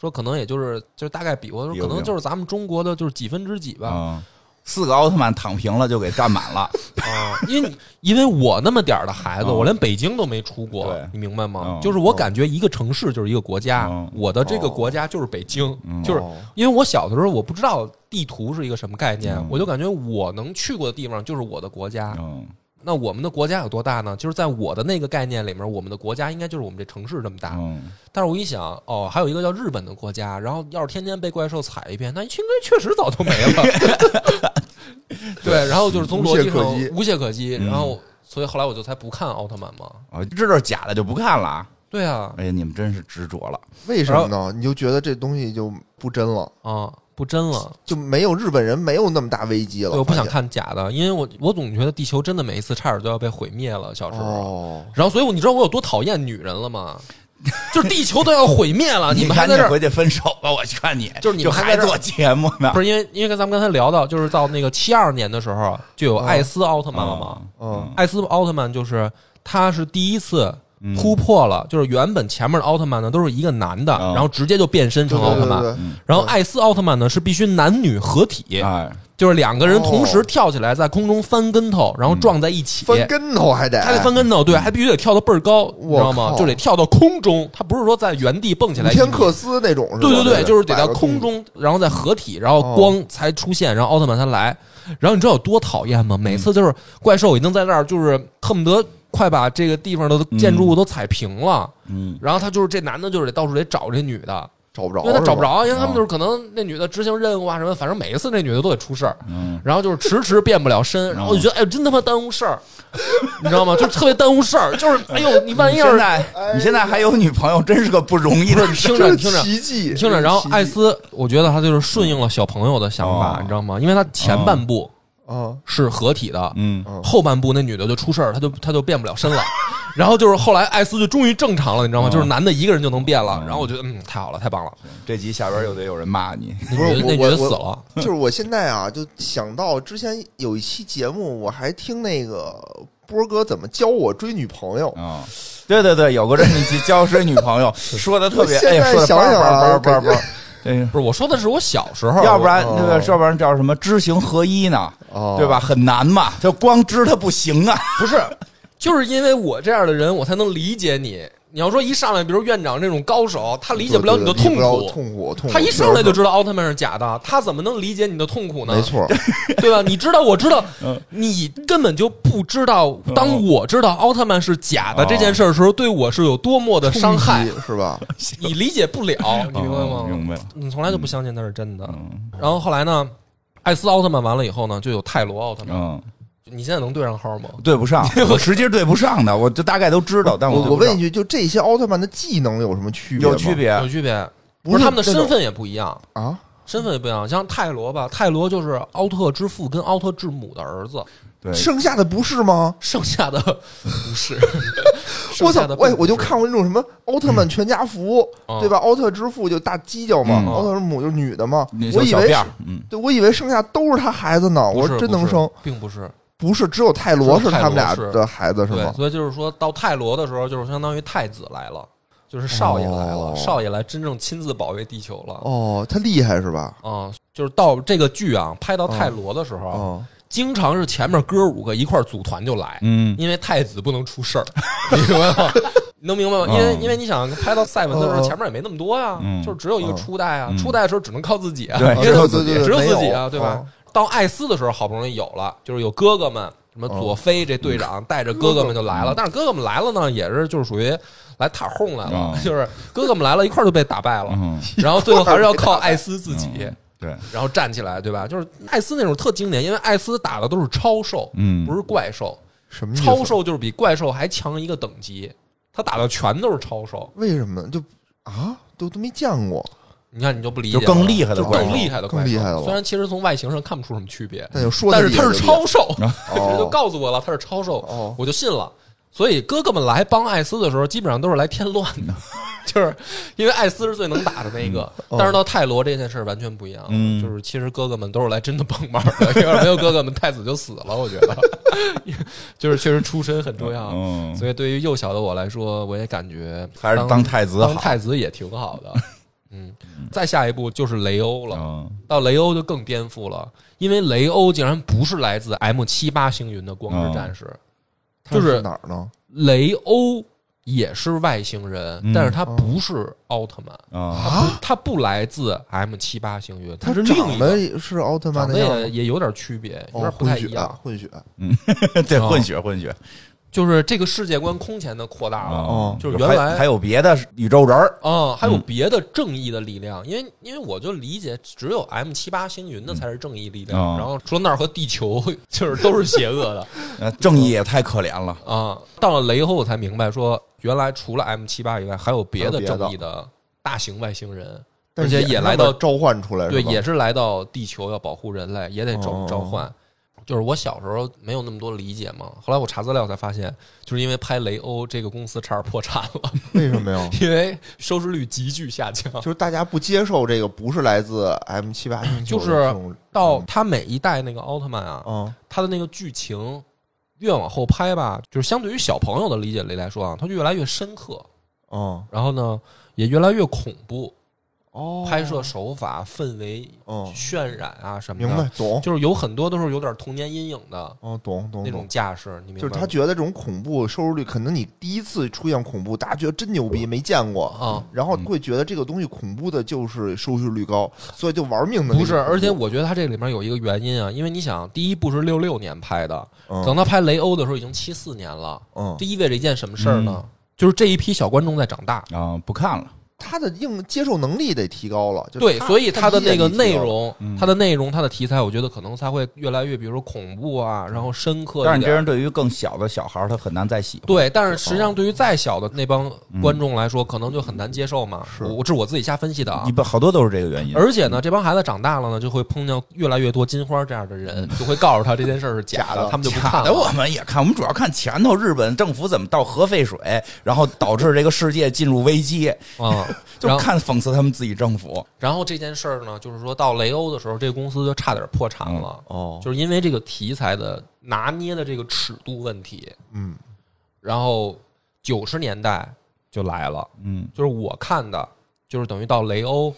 S2: 说可能也就是就是大概比我说
S1: 比
S2: 可
S1: 个
S2: 能
S1: 零
S2: 就是咱们中国的就是几分之几吧
S1: 嗯，四个奥特曼躺平了就给占满了，
S2: 啊，因为因为我那么点儿的孩子，
S1: 嗯
S2: 我连北京都没出过
S1: 对，
S2: 你明白吗？
S1: 嗯
S2: 就是我感觉一个城市就是一个国家
S1: 嗯，
S2: 我的这个国家就是北京，
S1: 嗯
S2: 就是
S3: 哦
S2: 因为我小的时候我不知道地图是一个什么概念
S1: 嗯，
S2: 我就感觉我能去过的地方就是我的国家，
S1: 嗯，
S2: 那我们的国家有多大呢？就是在我的那个概念里面，我们的国家应该就是我们这城市这么大。
S1: 嗯，
S2: 但是我一想，哦，还有一个叫日本的国家，然后要是天天被怪兽踩一遍，那应该确实早就没了。 对，然后就是从逻辑上
S3: 无懈可击
S2: 无懈可击，
S1: 嗯
S2: 然后所以后来我就才不看奥特曼嘛。
S1: 哦，知道假的就不看了啊，
S2: 对啊，
S1: 哎呀，你们真是执着了，
S3: 为什么呢？你就觉得这东西就不真了，
S2: 啊，不真了，
S3: 就没有日本人没有那么大危机了。
S2: 对，我不想
S3: 发现
S2: 看假的，因为我我总觉得地球真的每一次差点就要被毁灭了，小时候。
S3: 哦，
S2: 然后，所以我你知道我有多讨厌女人了吗？ 就是地球都要毁灭了，啊你们还
S1: 赶
S2: 在
S1: 紧
S2: 这儿
S1: 回去分手吧，我劝你，
S2: 就是你
S1: 就
S2: 们还
S1: 还
S2: 在这儿
S1: 做节目呢，
S2: 不是因为，因为跟咱们刚才聊到，就是到那个七二年的时候，就有艾斯奥特
S1: 啊
S2: 曼了嘛。
S3: 嗯
S2: 艾斯奥特曼就是他是第一次
S1: 嗯
S2: 突破了，就是原本前面的奥特曼呢都是一个男的，
S1: 嗯
S2: 然后直接就变身
S3: 啊对
S2: 成奥特
S3: 对对
S2: 曼。
S3: 对，嗯
S1: 嗯
S2: 然后艾斯奥特曼呢是必须男女合体，
S1: 哎，
S2: 就是两个人同时跳起来在空中翻跟头，然后撞在一起。
S3: 哦嗯翻跟头还得
S2: 还得翻跟头，对，还必须得跳得倍儿高，你知道吗？
S3: 靠
S2: 就得跳到空中，他不是说在原地蹦起
S3: 五
S2: 来一米。
S3: 天克斯那种是吧？
S2: 对对对，就是得
S3: 摆
S2: 在
S3: 个
S2: 空中，然后再合体，然后光才出现，然后奥特曼才来。然后你知道有多讨厌吗？每次就是怪兽已经在那儿，就是恨不得快把这个地方的建筑物都踩平了。
S1: 嗯，
S2: 然后他就是这男的，就是得到处得找这女的，
S3: 找不着，
S2: 因为他找不
S3: 是吧。
S2: 着，因为他们就是可能那女的执行任务啊什么，反正每一次那女的都得出事儿。
S1: 嗯，
S2: 然后就是迟迟变不了身，然后我就觉得哎呦，真他妈耽误事儿，你知道吗？就特别耽误事儿，就是哎呦，你万一要
S1: 现
S2: 是
S3: 哎
S1: 在你现在还有女朋友，真是个不容易
S2: 不
S1: 的
S2: 是你听着
S3: 这
S2: 你听
S3: 是
S2: 着。
S3: 奇迹，
S2: 听着，然后
S3: 这是奇迹
S2: 艾斯，我觉得他就是顺应了小朋友的想法，
S1: 哦
S2: 你知道吗？因为他前半部
S3: 啊，
S2: 是合体的，
S1: 嗯
S3: 嗯
S2: 后半部那女的就出事儿，她就她就变不了身 了。然后就是后来艾斯就终于正常了，你知道吗？
S1: 哦
S2: 就是男的一个人就能变了。
S1: 嗯
S2: 然后我觉得嗯，太好了，太棒了。
S1: 这集下边又得有人骂你，
S2: 那
S3: 不是
S2: 女的那
S3: 我
S2: 女的
S3: 我
S2: 死
S3: 我
S2: 了，
S3: 就是我现在啊，就想到之前有一期节目，我还听那个波哥怎么教我追女朋友，
S1: 啊、对对对，有过这么一期交谁女 朋友，说的特别，
S3: 我现
S1: 哎呀，
S3: 在
S1: 说的
S3: 想想啊
S1: 叭叭叭叭
S3: 感
S1: 叭， 对，
S2: 不是我说的是我小时候，
S1: 要不然
S3: 哦
S1: 那个，要不然叫什么知行合一呢？
S3: 哦
S1: 对吧？？很难嘛，就光知它不行啊。
S2: 不是，就是因为我这样的人，我才能理解你。你要说一上来，比如院长这种高手，他理解不了你的
S3: 对对对
S2: 痛
S3: 理解不
S2: 苦
S3: 了，痛苦，痛苦。
S2: 他一上来就知道奥特曼是假的，他怎么能理解你的痛苦呢？
S3: 没错，
S2: 对吧？你知道，我知道
S1: 嗯，
S2: 你根本就不知道，当我知道奥特曼是假的
S1: 哦
S2: 这件事儿的时候，对我是有多么的 伤害
S3: 冲，击是吧？
S2: 你理解不了，你明白
S1: 哦明白
S2: 吗？
S1: 了。
S2: 你从来就不相信它是真的。
S1: 嗯
S2: 然后后来呢，艾斯奥特曼完了以后呢，就有泰罗奥特曼。
S1: 嗯，
S2: 你现在能对上号吗？
S1: 对不 上，我直接对不上的，我就大概都知道，但
S3: 我
S1: 对
S3: 我
S1: 不上
S3: 问一句，就这些奥特曼的技能有什么区别？
S1: 有区，别
S2: 有区别，
S3: 不
S2: 不是
S3: 是
S2: 他们的
S3: 那
S2: 身
S3: 种
S2: 份也不一样，
S3: 啊？
S2: 身份也不一样。像泰罗吧，泰罗就是奥特之父跟奥特之母的儿子，
S1: 对，
S3: 剩下的不是吗？
S2: 剩下的 不是。
S3: 我
S2: 剩
S3: 操
S2: 下的！不
S3: 喂，
S2: 是
S3: 我就看过那种什么奥特曼全家福，
S2: 嗯
S3: 对吧？奥特之父就大犄角嘛
S1: 嗯，
S3: 奥特之母就是女的嘛
S1: 那。
S3: 我
S1: 小
S3: 以
S1: 小
S3: 为
S1: 辫
S3: 是
S1: 儿，嗯，
S3: 对，我以为剩下都是他孩子呢。
S2: 不
S3: 我
S2: 是
S3: 说真
S2: 不
S3: 能
S2: 是
S3: 生，
S2: 并不是。
S3: 不是只有泰罗
S2: 只有
S3: 是
S2: 泰
S3: 他
S2: 罗
S3: 们俩
S2: 是
S3: 的孩子是
S2: 对，
S3: 吗？
S2: 所以就是说到泰罗的时候，就是相当于太子来了，就是少爷来了，
S3: 哦
S2: 少爷来真正亲自保卫地球了。啊、
S3: 哦，他厉害是吧？
S2: 就是到这个剧啊，拍
S3: 嗯
S2: 到泰罗的时候，啊
S3: 哦，
S2: 经常是前面哥五个一块儿组团就来，
S1: 嗯，
S2: 因为太子不能出事儿，你明白吗？ 能明白吗？因为、
S1: 嗯
S2: 因为你想拍到赛文的时候，
S3: 嗯嗯
S2: 前面也没那么多呀、
S1: 哦嗯
S2: 就是只有一个初代啊，
S1: 嗯
S2: 初代的时候 只能靠自己啊，
S1: 对
S2: 因为
S1: 只有哦
S3: 自己
S2: 只有自己
S3: 没
S2: 啊，
S3: 有
S2: 对吧？到艾斯的时候好不容易有了，就是有哥哥们，什
S1: 哦
S2: 么佐菲这队
S1: 嗯
S2: 长带着哥哥们就来了，但是哥哥们来了呢，也是就是属于来塔轰来了，
S1: 嗯
S2: 就是哥哥们来了一块儿就被打败了，
S1: 嗯，
S2: 然后最后还是要靠艾斯自己
S1: 嗯，对，
S2: 然后站起来，对吧？就是艾斯那种特经典，因为艾斯打的都是超兽，
S1: 嗯，
S2: 不是怪兽，
S3: 什么意思
S2: 超？兽就是比怪兽还强一个等级，他打的全都是超兽。
S3: 为什么呢？就啊，都都没见 过，
S2: 你看你就不理解
S1: 就
S2: 了，
S1: 更厉害的
S2: 就
S1: 怪
S2: 更
S1: 兽，
S2: 厉害的怪
S3: 更厉
S2: 兽
S3: 害了
S2: 虽然其实从外形上看不出什么区别，
S3: 但就说
S2: 但
S3: 得
S2: 是
S3: 厉害
S2: 他
S3: 就是
S2: 超兽，
S3: 厉害
S2: 人 就
S3: 哦
S2: 告诉我了，他是超兽，
S3: 哦，
S2: 我就信了。所以哥哥们来帮艾斯的时候，基本上都是来添乱的， 就是因为艾斯是最能打的那个。
S3: 嗯
S2: 但是到泰罗这件事儿完全不一样，
S1: 嗯
S2: 就是其实哥哥们都是来真的帮忙的， 要是没有哥哥们，太子就死了。我觉得， 就是确实出身很重要。
S1: 嗯，
S2: 所以对于幼小的我来说，我也感觉
S1: 还是
S2: 当
S1: 当太子
S2: 当
S1: 好，
S2: 太子也挺好 的。嗯，再下一步就是雷欧了，
S1: 嗯
S2: 到雷欧就更颠覆了，因为雷欧竟然不是来自 M 七八星云的光之战士，
S3: 他
S2: 就是
S3: 哪儿呢？
S2: 雷欧也是外星人，
S1: 嗯
S2: 但是他不是奥特曼，
S1: 啊，
S2: 他
S3: 哦啊
S2: 不他不来自 M 七八星云，
S3: 他
S2: 是另
S3: 长
S2: 一个，
S3: 得是奥特
S2: 长
S3: 曼的
S2: 得
S3: 样
S2: 也
S3: 子，
S2: 也有点区别，有
S3: 哦，
S2: 点不太
S3: 混
S2: 一
S3: 血
S2: 样。，
S3: 混血，
S1: 对，
S2: 啊
S1: 混血混血
S2: 就是这个世界观空前的扩大了，
S1: 啊，
S2: 哦就是原来
S1: 还还有别的宇宙人儿，
S2: 啊，还有
S1: 嗯
S2: 别的正义的力量，因为因为我就理解，只有 M 七八星云的才是正义力
S1: 嗯
S2: 量，
S1: 哦
S2: 然后说那儿和地球 就是都是邪恶 的
S1: 呃正义也太可怜了，
S2: 啊。到了雷后，我才明白说，原来除了 M 七八以外，还有别
S3: 还
S2: 的
S3: 有别的
S2: 正义的大型外星人，
S3: 但
S2: 而
S3: 是
S2: 且也来到
S3: 那么召唤出来，
S2: 对，
S3: 是吧
S2: 也是来到地球要保护人类，也得召
S3: 哦
S2: 召唤。就是我小时候没有那么多理解嘛，后来我查资料才发现，就是因为拍雷欧这个公司差点破产 了，
S3: 为什么呀？
S2: 因为收视率急剧下降。
S3: 就是大家不接受这个不是来自 M 七八，
S2: 就是到他每一代那个奥特曼啊，
S3: 啊，
S2: 他的那个剧情越往后拍吧，就是相对于小朋友的理解力来说啊，它就越来越深刻，
S3: 哦
S2: 然后呢也越来越恐怖，
S3: 哦
S2: 拍摄手法、氛围、
S3: 哦，
S2: 渲染啊什么
S3: 明
S2: 的，
S3: 白懂
S2: 就是有很多都是有点童年阴影的
S3: 哦懂懂
S2: 那
S3: 懂
S2: 种，架势，你明白吗？
S3: 就是他觉得这种恐怖收视率，可能你第一次出现恐怖，大家觉得真牛逼，没见过。
S2: 啊。
S3: 然后会觉得这个东西恐怖的，就是收视率高，所以就玩命的。
S2: 不是，而且我觉得他这里面有一个原因啊，因为你想，第一部是六六年拍的，等
S3: 嗯
S2: 他拍雷欧的时候已经七四年了，
S3: 嗯，
S2: 这意味着一件什么事儿呢？就是这一批小观众在长大，
S1: 啊，不看了，
S3: 他的应接受能力得提高了。就是
S2: 对，所以
S3: 他
S2: 它的那个内，
S3: 理解力提高了嗯
S2: 容，它的内容，它的题材，我觉得可能才会越来越，比如说恐怖啊，然后深刻一点。
S1: 但是你这人哦对于更小的小孩儿，他很难再喜欢，
S2: 对，但是实际上对于再小的那帮
S1: 嗯
S2: 观众来说，可能就很难接受嘛。
S3: 是
S2: 我这是我自己瞎分析的啊
S1: 一。般好多都是这个原因，
S2: 而且呢，这帮孩子长大了呢，就会碰见越来越多金花这样的人，就会告诉他这件事 儿是假
S3: 假的
S2: 他们就不
S1: 卡
S2: 看
S1: 嗯的哎我
S2: 了。
S1: 们也看，我们主要看前头日本政府怎么倒核废水，然后导致这个世界进入危机，
S2: 啊，
S1: 就
S2: 然后
S1: 看讽刺他们自己政府。
S2: 然后这件事儿呢，就是说到雷欧的时候，这个公司就差点破产了，
S1: 嗯
S3: 哦，
S2: 就是因为这个题材的拿捏的这个尺度问题。
S3: 嗯
S2: 然后九十年代就来了，
S1: 嗯，
S2: 就是我看的，就是等于到雷欧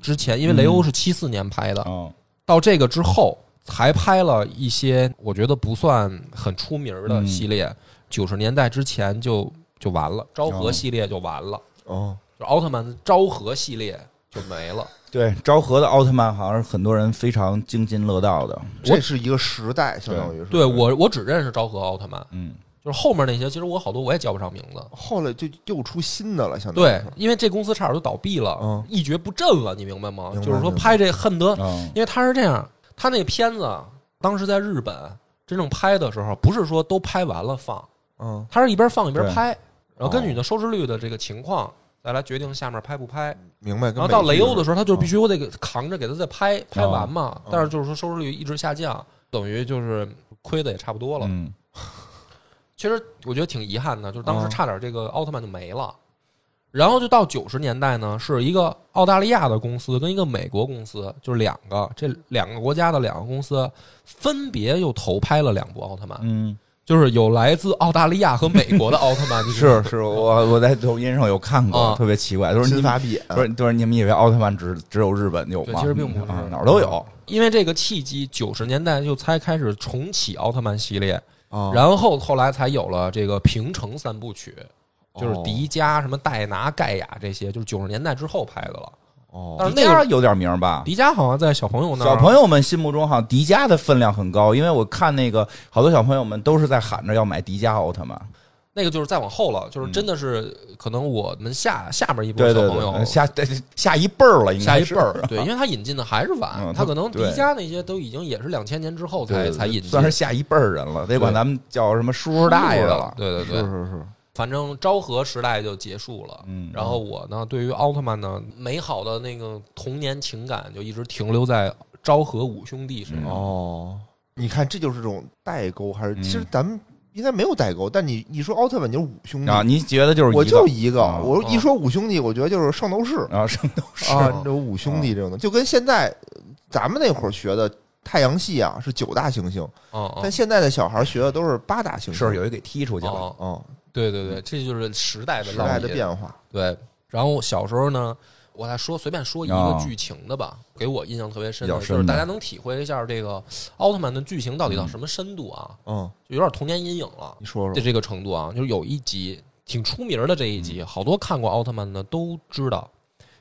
S2: 之前，因为
S3: 嗯
S2: 雷欧是七四年拍的，
S1: 哦，
S2: 到这个之后才拍了一些我觉得不算很出名的
S1: 嗯
S2: 系列。九十年代之前就就完了，昭和系列就完了，
S3: 哦，
S2: 就奥特曼的昭和系列就没了。
S3: 嗯
S1: 对，昭和的奥特曼好像是很多人非常津津乐道的。
S3: 这是一个时代，相当于是
S2: 对我，我只认识昭和奥特曼，
S1: 嗯，
S2: 就是后面那些，其实我好多我也叫不上名字。
S3: 后来就又出新的了，相当于
S2: 对
S3: 是，
S2: 因为这公司差点就倒闭了，
S3: 嗯
S2: 一蹶不振了，你明白吗？
S3: 明白
S2: 就是说
S3: 明白
S2: 拍这恨得
S1: 哦，
S2: 因为他是这样，他那个片子啊当时在日本真正拍的时候，不是说都拍完了放，
S3: 嗯
S2: 他是一边放一边拍，然后
S3: 哦
S2: 根据你的收视率的这个情况。再来决定下面拍不拍，
S3: 明白。
S2: 然后到雷欧的
S3: 时
S2: 时候，他就必须我得给扛着给他再拍拍完嘛
S3: 哦。
S2: 但是就是说收视率一直下降，等于就是亏的也差不多了。
S1: 嗯，
S2: 其实我觉得挺遗憾的，就是当时
S3: 哦
S2: 差点这个奥特曼就没了。然后就到九十年代呢，是一个澳大利亚的公司跟一个美国公司，就是两个这两个国家的两个公司，分别又投拍了两部奥特曼，
S1: 嗯，
S2: 就是有来自澳大利亚和美国的奥特 曼，就是
S1: 是，我我在抖音上有看过，
S2: 啊
S1: 特别奇怪，就是
S3: 新
S1: 你们
S3: 法比
S1: 不是就是你们以为奥特曼只只有日本有
S2: 对
S1: 吗？
S2: 其实并不是
S1: 啊哪儿都有。
S2: 因为这个契机，九十年代就才开始重启奥特曼系列，
S1: 哦
S3: 啊
S2: 然后后来才有了这个平成
S1: 哦啊
S2: 三部曲，就是迪迦、什么戴拿、盖亚这些，就是九十年代之后拍的了。
S3: 哦
S2: 但是
S1: 迪
S2: 那
S1: 迦
S2: 个
S1: 有点名儿吧？
S2: 迪迦好像在小朋友那儿，
S1: 小朋友们心目中好像迪迦的分量很高，因为我看那个好多小朋友们都是在喊着要买迪迦奥特曼。
S2: 那个就是再往后了，就是真的是可能我们下下面一
S1: 嗯
S2: 波
S1: 对
S2: 小
S1: 对
S2: 朋
S1: 对，
S2: 友
S1: 下对下一辈儿了，应
S2: 下
S1: 该
S2: 一
S1: 是
S2: 辈儿，对，因为他引进的还是
S1: 嗯
S2: 晚，
S1: 他
S2: 他可能迪
S1: 对
S2: 迦那些都已经也是两千年之后
S1: 对
S2: 才
S1: 对
S2: 才引进，
S1: 算是下一辈儿人了，得管
S2: 对
S1: 咱们叫什么叔叔大爷的
S2: 了
S1: 了，。
S2: 对对
S3: 是
S2: 对，
S3: 是是，
S2: 反正昭和时代就结束了。
S1: 嗯，
S2: 然后我呢，对于奥特曼呢，美好的那个童年情感就一直停留在昭和五兄弟身
S1: 嗯
S2: 上。
S3: 哦，你看这就是这种代沟，还是
S1: 嗯
S3: 其实咱们应该没有代沟，但你一说奥特曼就是五兄弟
S1: 啊，，你觉得就是一个
S3: 我就一个，
S1: 啊
S3: 我
S2: 啊
S3: 一说五兄弟，我觉得就是圣斗士
S1: 啊，圣斗士
S3: 啊，这种五兄弟这种的，就跟现在呃咱们那会儿学的太阳系啊是九大行星，
S2: 嗯
S3: 但
S2: 嗯，
S3: 现在的小孩学的都是八大行星，
S1: 是有一给踢出去了，
S2: 哦，
S3: 嗯
S2: 对对对，这就是时代的
S3: 时
S2: 烙
S3: 代的
S2: 印
S3: 变化，
S2: 对，然后小时候呢，我再说随便说一个
S1: 啊
S2: 剧情的吧，给我印象特别深
S1: 比
S2: 的，
S1: 较
S2: 就是
S1: 深的
S2: 大家能体会一下这个奥特曼的剧情到底到什么深度啊，
S3: 嗯，
S2: 就有点童年阴影了
S3: 你说
S2: 的
S3: 说，
S2: 这个程度啊。就是有一集挺出名的这一集，
S1: 嗯
S2: 好多看过奥特曼的都知道，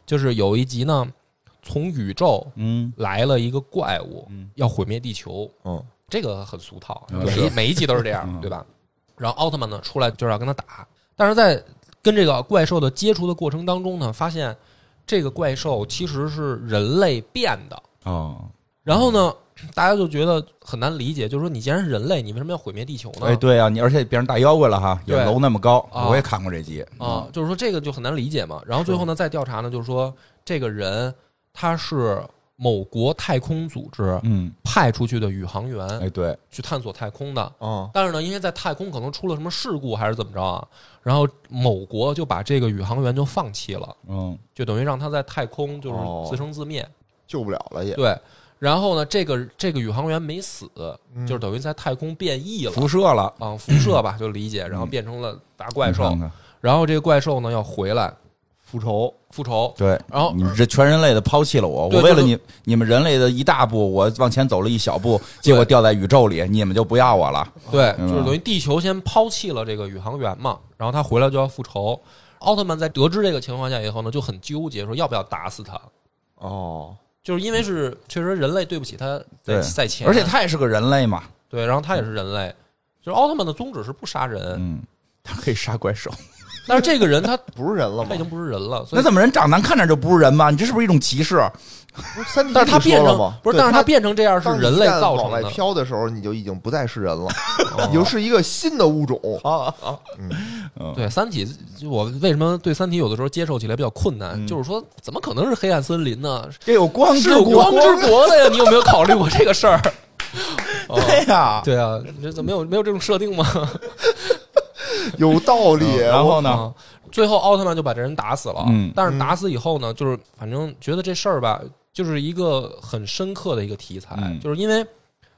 S2: 就是有一集呢，从宇宙
S1: 嗯
S2: 来了一个怪物
S1: 嗯，
S2: 要毁灭地球，
S3: 嗯，
S2: 这个很俗套，
S1: 嗯
S2: 每
S1: 是
S2: 一每一集都是这样
S1: 嗯，
S2: 对吧？然后奥特曼呢出来就是要跟他打，但是在跟这个怪兽的接触的过程当中呢，发现这个怪兽其实是人类变的。
S1: 哦，
S2: 然后呢，
S1: 嗯
S2: 大家就觉得很难理解，就是说你既然是人类，你为什么要毁灭地球呢？
S1: 哎，对啊，你而且变成大妖怪了哈，有
S2: 对
S1: 楼那么高，
S2: 啊
S1: 我也看过这集
S2: 啊，，就是说这个就很难理解嘛。然后最后呢，再调查呢，就是说这个人他是某国太空组织
S1: 嗯，
S2: 派出去的宇航员
S1: 哎，对，
S2: 去探索太空的。
S3: 嗯，
S2: 但是呢，因为在太空可能出了什么事故还是怎么着啊，然后某国就把这个宇航员就放弃了，
S1: 嗯，
S2: 就等于让他在太空就是
S3: 哦
S2: 自生自灭。
S3: 救不了了也，
S2: 对，然后呢，这个这个宇航员没死，
S3: 嗯
S2: 就是等于在太空变异了，
S1: 辐射了，
S2: 啊、辐射吧，就理解，然
S3: 嗯
S2: 后变成了大怪兽。
S1: 你看看
S2: 然后这个怪兽呢要回来
S3: 复仇，嗯
S2: 复仇，
S1: 对，
S2: 然后
S1: 你们这全人类的抛弃了我，
S2: 对
S1: 我为了
S2: 就是
S1: 你你们人类的一大步，我往前走了一小步，结果
S2: 对
S1: 掉在宇宙里，你们就不要我了。
S2: 对，
S1: 嗯
S2: 就是等于地球先抛弃了这个宇航员嘛，然后他回来就要复仇。奥特曼在得知这个情况下以后呢，就很纠结，说要不要打死他。
S3: 哦，
S2: 就是因为是确实人类对不起他在
S1: 对
S2: 在前，
S1: 而且他也是个人类嘛，
S2: 对，然后他也是人类，就是奥特曼的宗旨是不杀人，
S1: 嗯，他可以杀怪兽。
S2: 但是这个人他
S3: 不是人了
S2: 他
S3: 吗
S2: 已？经不是人了，所
S1: 那
S2: 以
S1: 怎么人长难看点就不是人吗？你这是不是一种歧视？
S3: 不是三体
S2: 但是他
S3: 里说
S2: 变
S3: 了
S2: 成
S3: 吗？
S2: 不是，
S3: 对
S2: 但是他变成这样是
S3: 当你
S2: 人类
S3: 一旦
S2: 造成
S3: 往外
S2: 的，啊
S3: 飘的时候，你就已经不再是人了，你就是一个新的物种。
S2: 哦对《三体》，就我为什么对《三体》有的时候接受起来比较困难，就是说怎么可能是黑暗森林呢？
S1: 这有光
S2: 是
S1: 之
S2: 有
S1: 国，
S2: 光之国的呀！你有没有考虑过这个事儿？哦
S1: 对呀。嗯
S2: 对啊，你这怎么没有没有这种设定吗？
S3: 有道理。
S1: 然后呢？
S2: 啊，最后奥特曼就把这人打死了。
S1: 嗯
S2: 但是打死以后呢，就是反正觉得这事儿吧，就是一个很深刻的一个题材，
S1: 嗯
S2: 就是因为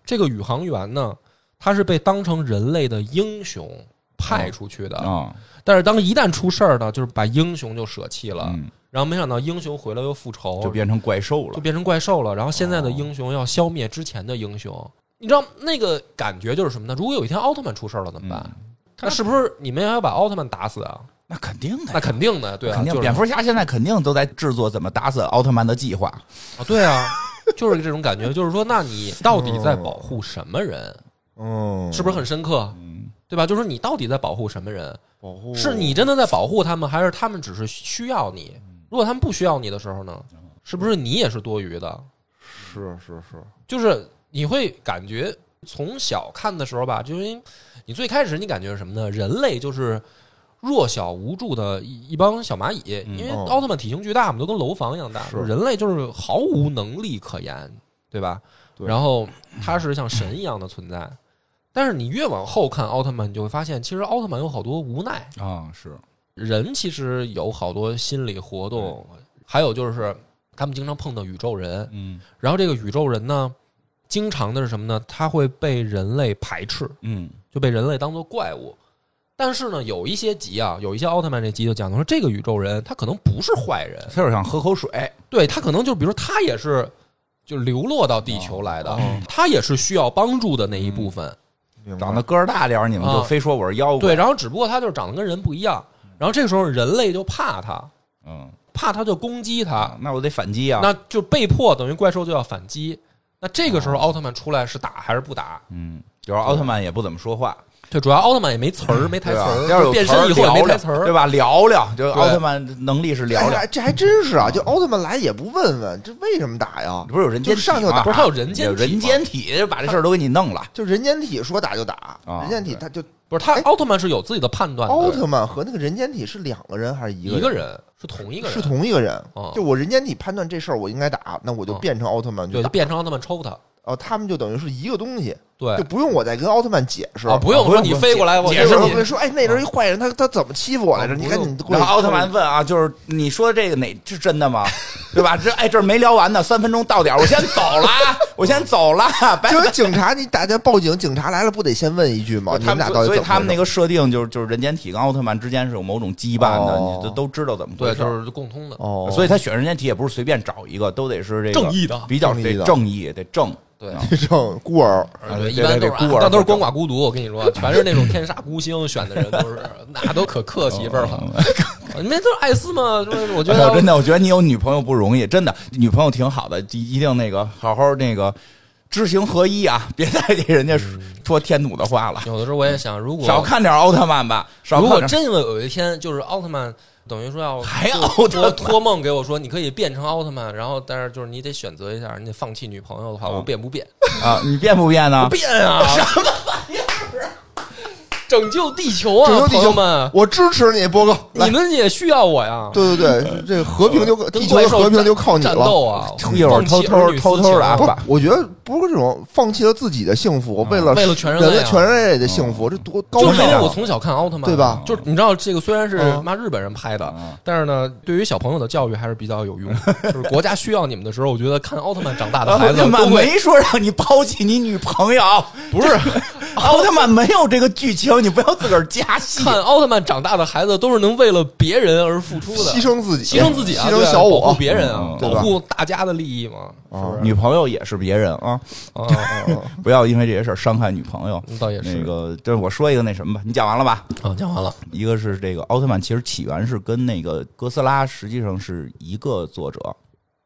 S2: 这个宇航员呢，他是被当成人类的英雄派出去的，
S1: 啊，
S2: 但是当一旦出事儿呢，就是把英雄就舍弃了，
S1: 嗯，
S2: 然后没想到英雄回来又复仇，
S1: 就变成哦怪兽
S2: 就
S1: 了。
S2: 变成怪兽了。然后现在的英雄要消灭之前的英雄，你知道那个感觉就是什么呢？如果有一天奥特曼出事儿了怎么办？
S1: 嗯
S2: 那是不是你们要把奥特曼打死啊？
S1: 那肯定的
S2: 那
S1: 呀，
S2: 肯定的，对啊，
S1: 肯定。
S2: 就是
S1: 蝙蝠侠现在肯定都在制作怎么打死奥特曼的计划。
S2: 啊，对啊，就是这种感觉，就是说，那你到底在保护什么人？
S3: 嗯，
S2: 是不是很深刻？
S1: 嗯，
S2: 对吧？就是你到底在保护什么人？
S3: 保护？
S2: 是你真的在保护他们，还是他们只是需要你？如果他们不需要你的时候呢？是不是你也是多余的？
S3: 是是是，
S2: 就是你会感觉从小看的时候吧，就因为你最开始你感觉是什么呢？人类就是弱小无助的一一帮小蚂蚁，
S1: 嗯
S2: 因为
S3: 哦
S2: 奥特曼体型巨大嘛，都跟楼房一样大，
S3: 是
S2: 人类就是毫无能力可言，对吧？
S3: 对
S2: 然后他是像神一样的存在。但是你越往后看奥特曼，你就会发现，其实奥特曼有好多无奈，
S1: 啊，是
S2: 人其实有好多心理活动，还有就是他们经常碰到宇宙人，
S1: 嗯
S2: 然后这个宇宙人呢，经常的是什么呢？他会被人类排斥，
S1: 嗯
S2: 就被人类当做怪物。但是呢，有一些集啊，有一些奥特曼这集就讲到说，这个宇宙人他可能不是坏人，
S1: 他就是想喝口水。
S2: 对他可能就比如说他也是就流落到地球来的，
S1: 哦嗯
S2: 他也是需要帮助的那一部分。
S3: 明白
S1: 长得个儿大点儿，你们就
S2: 啊
S1: 非说我是妖怪。
S2: 对，然后只不过他就是长得跟人不一样，然后这个时候人类就怕他，
S1: 嗯，
S2: 怕他就攻击他，
S1: 那我得反击啊。
S2: 那就被迫等于怪兽就要反击。那这个时候奥特曼出来是打还是不打？
S1: 嗯，主要奥特曼也不怎么说话，
S2: 对，主要奥特曼也没词儿，没台
S1: 对
S2: 词
S1: 吧？
S2: 儿，
S1: 要是有
S2: 变身
S1: 词儿
S2: 以后也没
S1: 聊
S2: 台
S1: 聊
S2: 词儿，
S1: 对吧？聊聊，就
S2: 对
S1: 奥特曼能力是聊
S3: 哎
S1: 聊
S3: 呀，，这还真是啊！就奥特曼来也不问问，这为什么打呀？
S1: 不是有人间体
S3: 就上就打
S1: 吗
S2: 不是他有人间
S1: 有
S2: 体吗
S1: 人间体就把这事儿都给你弄了。
S3: 就人间体说打就打，
S1: 啊
S3: 人间体他就
S2: 不是他
S3: 哎
S2: 奥特曼是有自己的判断的，
S3: 奥特曼和那个人间体是两个人还是一个
S2: 一个人是同一个人，
S3: 是同一个人
S2: 哦。
S3: 就我人间体判断这事儿我应该打，那我就
S2: 哦
S3: 变成奥特曼去
S2: 对，就
S3: 打。
S2: 变成奥特曼抽他，
S3: 哦，他们就等于是一个东西，
S2: 对
S3: 就不用我再跟奥特曼解释
S2: 啊，不用
S1: 不
S2: 说
S1: 用
S2: 你
S1: 不用
S2: 飞过来，我
S1: 解释
S2: 我
S3: 我
S1: 不
S2: 我
S3: 跟你说，哎，那人一坏人，他他怎么欺负我来着？
S2: 啊
S3: 你
S2: 不
S3: 赶
S2: 用
S3: 紧过
S1: 然
S3: 去
S1: 后奥特曼问啊，就是你说这个哪是真的吗？对吧？这哎，这儿没聊完呢，三分钟到点儿，我先走了啊，我先走了，拜
S3: 就是警察，你打电话报警，警察来了不得先问一句吗？你
S1: 他
S3: 们
S1: 们
S3: 俩到底
S1: 所以
S3: 怎么
S1: 他们
S3: 回
S1: 那
S3: 事
S1: 个设定就是就是人间体跟奥特曼之间是有某种羁绊的，
S3: 哦
S1: 你都都知道怎么回
S2: 对，
S1: 事儿。
S2: 就是共通的，
S3: 哦，
S1: 所以他选人间体也不是随便找一个，都得是这个
S2: 正义的
S1: 比较
S3: 正义的
S1: 得正义，得正。
S2: 对
S1: 啊
S3: 这种孤儿
S1: 啊对
S2: 对，一般都
S1: 对
S2: 是
S1: 对孤儿
S2: 但都是
S1: 不正
S2: 光寡孤独。我跟你说，全是那种天煞孤星选的人，都是那都可克媳妇儿
S1: 哦
S2: 了。 你们都是艾斯嘛？就是我觉
S1: 嗯哎呦真
S2: 得
S1: 的，我觉得你有女朋友不容易，真的，女朋友挺好的，一定那个好好那个知行合一啊，别再给人家说天怒的话了。
S2: 有的时嗯候我也想，如果
S1: 少看点奥特曼吧，少
S2: 如
S1: 看
S2: 果
S1: 点。
S2: 真有有一天就是奥特曼，等于说要
S1: 还
S2: 就
S1: 奥特
S2: 托
S1: 曼
S2: 托梦给我说，你可以变成奥特曼，然后但是就是你得选择一下，你得放弃女朋友的话，
S1: 嗯
S2: 我变不变？
S1: 啊，你变不变呢？
S2: 变啊！什么玩意儿？拯救地球啊，
S3: 拯救地球
S2: 朋友们！
S3: 我支持你，波哥，来
S2: 你们也需要我呀！
S3: 对对对，这个和平就
S2: 跟
S3: 地球的
S2: 怪兽
S3: 和平就靠你
S2: 战
S3: 了。
S2: 斗啊！
S1: 一会儿偷偷偷偷的啊
S3: 不是
S1: 把，
S3: 我觉得不是这种放弃了自己的幸福，为了
S2: 为了全人类啊哦
S3: 类全人类的幸福，这多高
S2: 就是因
S3: 尚
S2: 为我
S3: 啊！
S2: 从小看奥特曼，
S3: 对吧
S2: 就是你知道这个虽然是
S3: 嗯
S2: 妈日本人拍的
S1: 嗯，
S2: 但是呢，对于小朋友的教育还是比较有用。就是国家需要你们的时候，我觉得看奥特曼长大的孩
S1: 奥
S2: 子
S1: 特
S2: 都
S1: 曼
S2: 会
S1: 没说让你抛弃你女朋友，
S2: 不是
S1: 奥特曼没有这个剧情，你不要自个儿加戏。
S2: 看奥特曼长大的孩子都是能为了别人而付出的，
S3: 牺牲自己，
S2: 牺牲自己啊，
S3: 牺
S2: 对
S3: 牲
S2: 啊
S3: 小
S2: 保护
S3: 我，
S2: 别人啊，
S1: 嗯
S2: 保
S3: 对吧
S2: 护大家的利益嘛，是不是？
S1: 哦女朋友也是别人啊，
S2: 啊，
S1: 不要因为这些事儿伤害女朋友。
S2: 倒也
S1: 那
S2: 是
S1: 个，就是我说一个那什么吧，你讲完了吧？
S2: 啊，讲完了，
S1: 一个是这个奥特曼，其实起源是跟那个哥斯拉实际上是一个作者，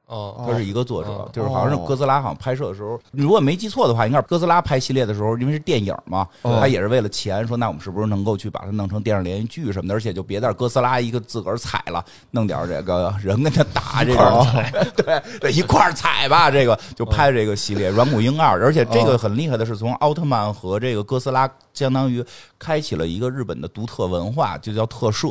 S2: 哦，
S1: 它是一个作者
S2: 哦，
S1: 就是好像
S3: 哦
S1: 是哥斯拉，好像拍摄的时候，如果没记错的话，应该是哥斯拉拍系列的时候，因为是电影嘛，
S3: 哦
S1: 他也是为了钱，说那我们是不是能够去把它弄成电视连续剧什么的，而且就别在哥斯拉一个自个儿踩了，弄点这个人跟他打这种， 对对，一块儿踩吧，这个就
S2: 哦
S1: 拍这个系列《软骨鹰二》，而且这个很厉害的是，从奥特曼和这个哥斯拉相当于开启了一个日本的独特文化，就叫特摄，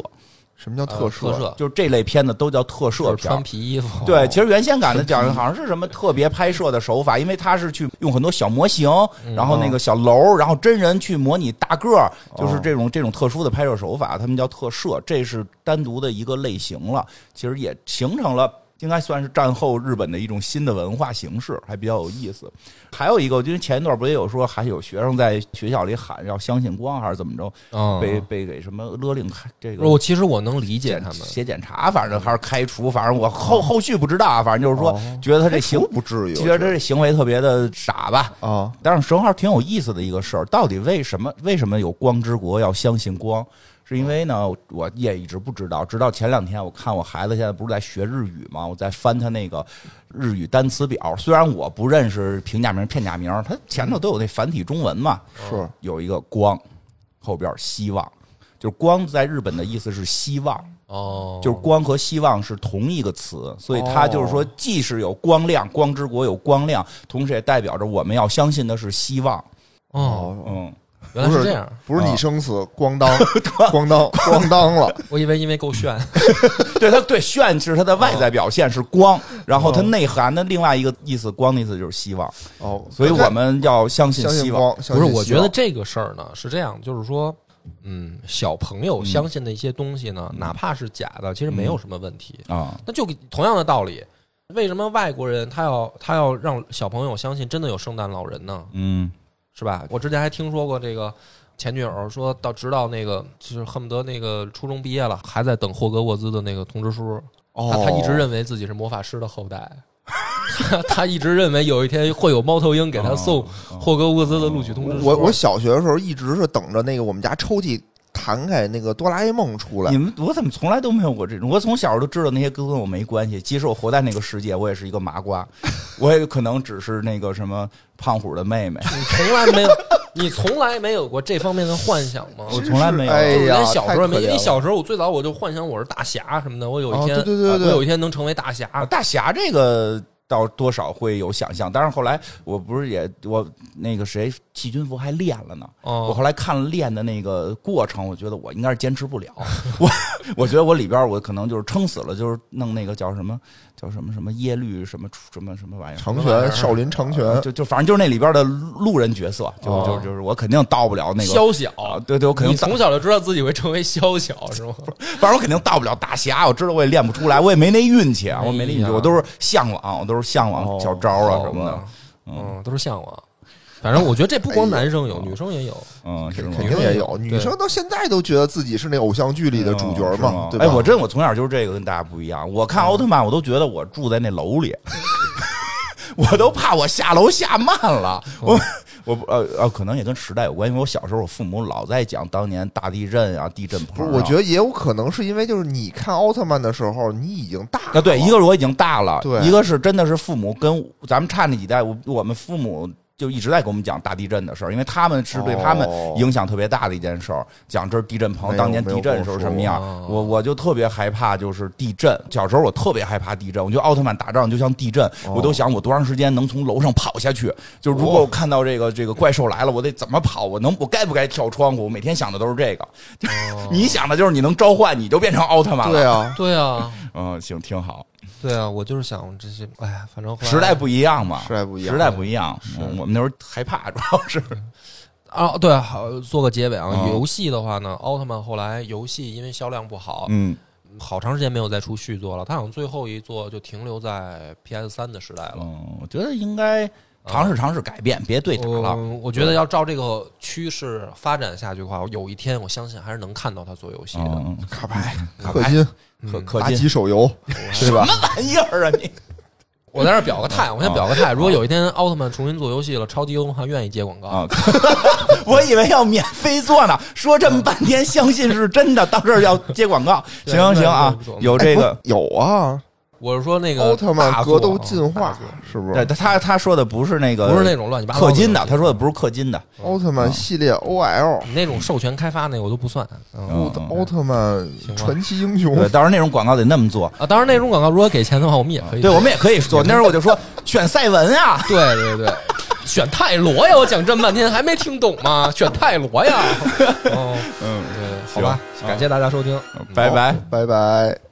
S3: 什么叫
S2: 呃
S3: 特
S2: 特
S3: 摄？
S2: 摄，
S1: 就是这类片子都叫特摄
S2: 就是
S1: 片儿
S2: 穿。皮衣服，
S1: 对，其实原先赶的讲的好像是什么特别拍摄的手法，因为他是去用很多小模型，然后那个小楼，然后真人去模拟大个儿，就是这种这种特殊的拍摄手法，他们叫特摄，这是单独的一个类型了。其实也形成了。应该算是战后日本的一种新的文化形式，还比较有意思。还有一个，因为前一段不也有说，还有学生在学校里喊要相信光，还是怎么着，
S2: 嗯，
S1: 被被给什么勒令开这个
S2: 我其实我能理解
S1: 检
S2: 他们，
S1: 写检查，反正还是开除，反正我后后续不知道啊，反正就是说
S3: 哦
S1: 觉得他这行
S3: 哎，不至 于，
S1: 觉得他这行为特别的傻吧。
S3: 啊，
S1: 但是正好挺有意思的一个事儿，到底为什么为什么有光之国要相信光？是因为呢，我也一直不知道，直到前两天我看我孩子现在不是在学日语嘛，我在翻他那个日语单词表，虽然我不认识平假名、片假名，它前头都有那繁体中文嘛，
S3: 是
S2: 哦
S1: 有一个光，后边儿希望，就是光在日本的意思是希望。
S2: 哦，
S1: 就是光和希望是同一个词，所以它就是
S3: 哦
S1: 说，既是有光亮，光之国有光亮，同时也代表着我们要相信的是希望。
S2: 哦，
S3: 哦，
S1: 嗯，
S2: 原来是这样，
S3: 不是
S1: 啊
S3: 你生死，咣当，咣当，咣当了，
S2: 我以为因为够炫，
S1: 对，它对炫是它的外在表现是光，然后它内涵的另外一个意思，光的意思就是希望，
S3: 哦，
S1: 所以我们要相信
S3: 相
S1: 希
S3: 信
S1: 望。
S3: 光，相
S2: 不是，
S3: 信
S2: 我
S3: 希
S2: 觉
S3: 望
S2: 得这个事儿呢是这样，就是说，嗯，小朋友相信的一些东西呢，哪怕是假的，其实没有什么问题。
S1: 啊，
S2: 那就同样的道理，为什么外国人他要他要让小朋友相信真的有圣诞老人呢？
S1: 嗯，
S2: 是吧？我之前还听说过这个前女友说到，直到那个就是恨不得那个初中毕业了，还在等霍格沃兹的那个通知书，
S3: 哦
S2: 他他一直认为自己是魔法师的后代， 他他一直认为有一天会有猫头鹰给他送
S1: 哦
S2: 霍格沃兹的录取通知书。
S3: 我我小学的时候一直是等着那个我们家抽屉弹开那个哆啦 A 梦出来
S1: 你。们我怎么从来都没有过这种？我从小就知道那些跟我没关系。即使我活在那个世界，我也是一个麻瓜，我也可能只是那个什么胖虎的妹妹。
S2: 你从来没有，你从来没有过这方面的幻想 吗？
S1: 我从来没有
S3: 真是哎
S2: 就是
S3: 呀，
S2: 连小时候也没，因为
S3: 时
S2: 小时候我最早我就幻想我是大侠什么的，我有一
S3: 哦
S2: 天，
S3: 对对对对
S2: 我有一天能成为大侠。
S1: 啊大侠这个倒多少会有想象，但是后来我不是也我那个谁细菌服还练了呢。我
S2: 哦，
S1: 后来看了练的那个过程，我觉得我应该是坚持不了。 我我觉得我里边我可能就是撑死了，就是弄那个叫什么叫什么什么耶律什么什么什么玩意儿。
S3: 成
S2: 什么玩意
S3: 全
S2: 儿
S3: 少林成全，
S1: 就就反正就是那里边的路人角色，就
S2: 哦
S1: 就就是我肯定到不了那个
S2: 宵小，
S1: 啊，对对，我肯
S2: 你
S1: 定到，
S2: 从小就知道自己会成为宵小是吗？
S1: 反正我肯定到不了大侠，我知道我也练不出来，我也没那运气啊，我没那运
S2: 哎
S1: 气，
S2: 呀
S1: 我都是向往，我都是向
S3: 哦
S1: 往小招啊什么的
S2: 好吧，嗯，都是向往。反正我觉得这不光男生有，
S1: 哎呦
S2: 女生也有。
S1: 嗯，是吗
S3: 肯定也有。
S2: 对
S3: 女生到现在都觉得自己是那偶像剧里的主角
S1: 嗯是
S3: 嘛
S1: 吗，
S3: 对吧？
S1: 哎，
S3: 嗯
S1: 我真我从小就是这个，跟大家不一样。我看奥特曼，我都觉得我住在那楼里， 我都怕我下楼下慢了。
S3: 嗯
S1: 我我不呃呃，可能也跟时代有关系，因为我小时候我父母老在讲当年大地震啊、地震
S3: 不
S1: 波
S3: 是，
S1: 啊。
S3: 我觉得也有可能是因为就是你看奥特曼的时候，你已经大
S1: 啊，对，
S3: 了
S1: 一个是我已经大了，
S3: 对
S1: 一个是真的是父母跟咱们差那几代，我我们父母就一直在给我们讲大地震的事儿，因为他们是对他们
S3: 哦
S1: 影响特别大的一件事儿，讲这是地震
S3: 没
S1: 棚
S3: 有啊
S1: 当年地震时候什么样
S2: 没有跟我说，过
S1: 我我就特别害怕就是地震，小时候我特别害怕地震，我觉得奥特曼打仗就像地震，
S3: 哦
S1: 我都想我多长时间能从楼上跑下去，就如果我看到这个这个怪兽来了，我得怎么跑，我能我该不该跳窗户，我每天想的都是这个， 你想的就是你能召唤，你就变成奥特曼了，
S3: 哦对啊，
S2: 对啊，
S1: 嗯，行，挺好。
S2: 对啊，我就是想这些，哎呀，反正后来
S1: 时代不一样嘛，
S3: 时代不一样
S1: 时代不一样。嗯我们那时候害怕，主要是
S2: 啊，对啊，好做个结尾啊。
S1: 嗯
S2: 游戏的话呢，奥特曼后来游戏因为销量不好，
S1: 嗯，
S2: 好长时间没有再出续作了。它好像最后一作就停留在 PS 三的时代了。
S1: 嗯，我觉得应该尝试尝试改变，别对打了。
S2: 嗯，我觉得要照这个趋势发展下去的话，有一天我相信还是能看到他做游戏的。
S1: 嗯，
S3: 卡牌、
S1: 卡
S3: 氪
S1: 牌
S3: 金、
S2: 嗯
S1: 氪氪
S3: 垃
S1: 金
S3: 圾手游，对吧？
S1: 玩意儿啊你！
S2: 我在这儿表个 态，我先表个态。如果有一天奥特曼重新做游戏了，超级英雄还愿意接广告。
S1: 啊， 我以为要免费做呢，说这么半天，相信是真的。到这儿要接广告，
S2: 对
S1: 行行行
S2: 那
S1: 啊
S2: 不错，
S1: 有这个。
S3: 哎有啊，
S2: 我是说那个
S3: 奥特曼
S2: 大
S3: 格
S1: 啊
S2: 作
S3: 斗进
S2: 大
S3: 化
S2: 作
S3: 是不
S1: 对
S3: 是？
S1: 他他说的不是那个，
S2: 不是那种乱七八糟
S1: 氪金的，
S2: 游戏
S1: 他说的不是氪金的。
S3: 奥特曼系列 OL，
S2: 嗯你那种授权开发那个我都不算。嗯
S1: 嗯
S3: 奥特曼传奇英雄
S1: 对，到时候那种广告得那么做。
S2: 啊，当然那种广告如果给钱的话，我们也可以
S1: 对，。我们也可以做。那时候我就说选赛文啊，
S2: 对对对，选泰罗呀！我讲这么半天还没听懂吗？选 泰罗呀！哦，
S1: 嗯，
S2: 对，好吧，
S1: 行
S2: 感谢大家收听，
S1: 拜拜。
S3: 拜拜。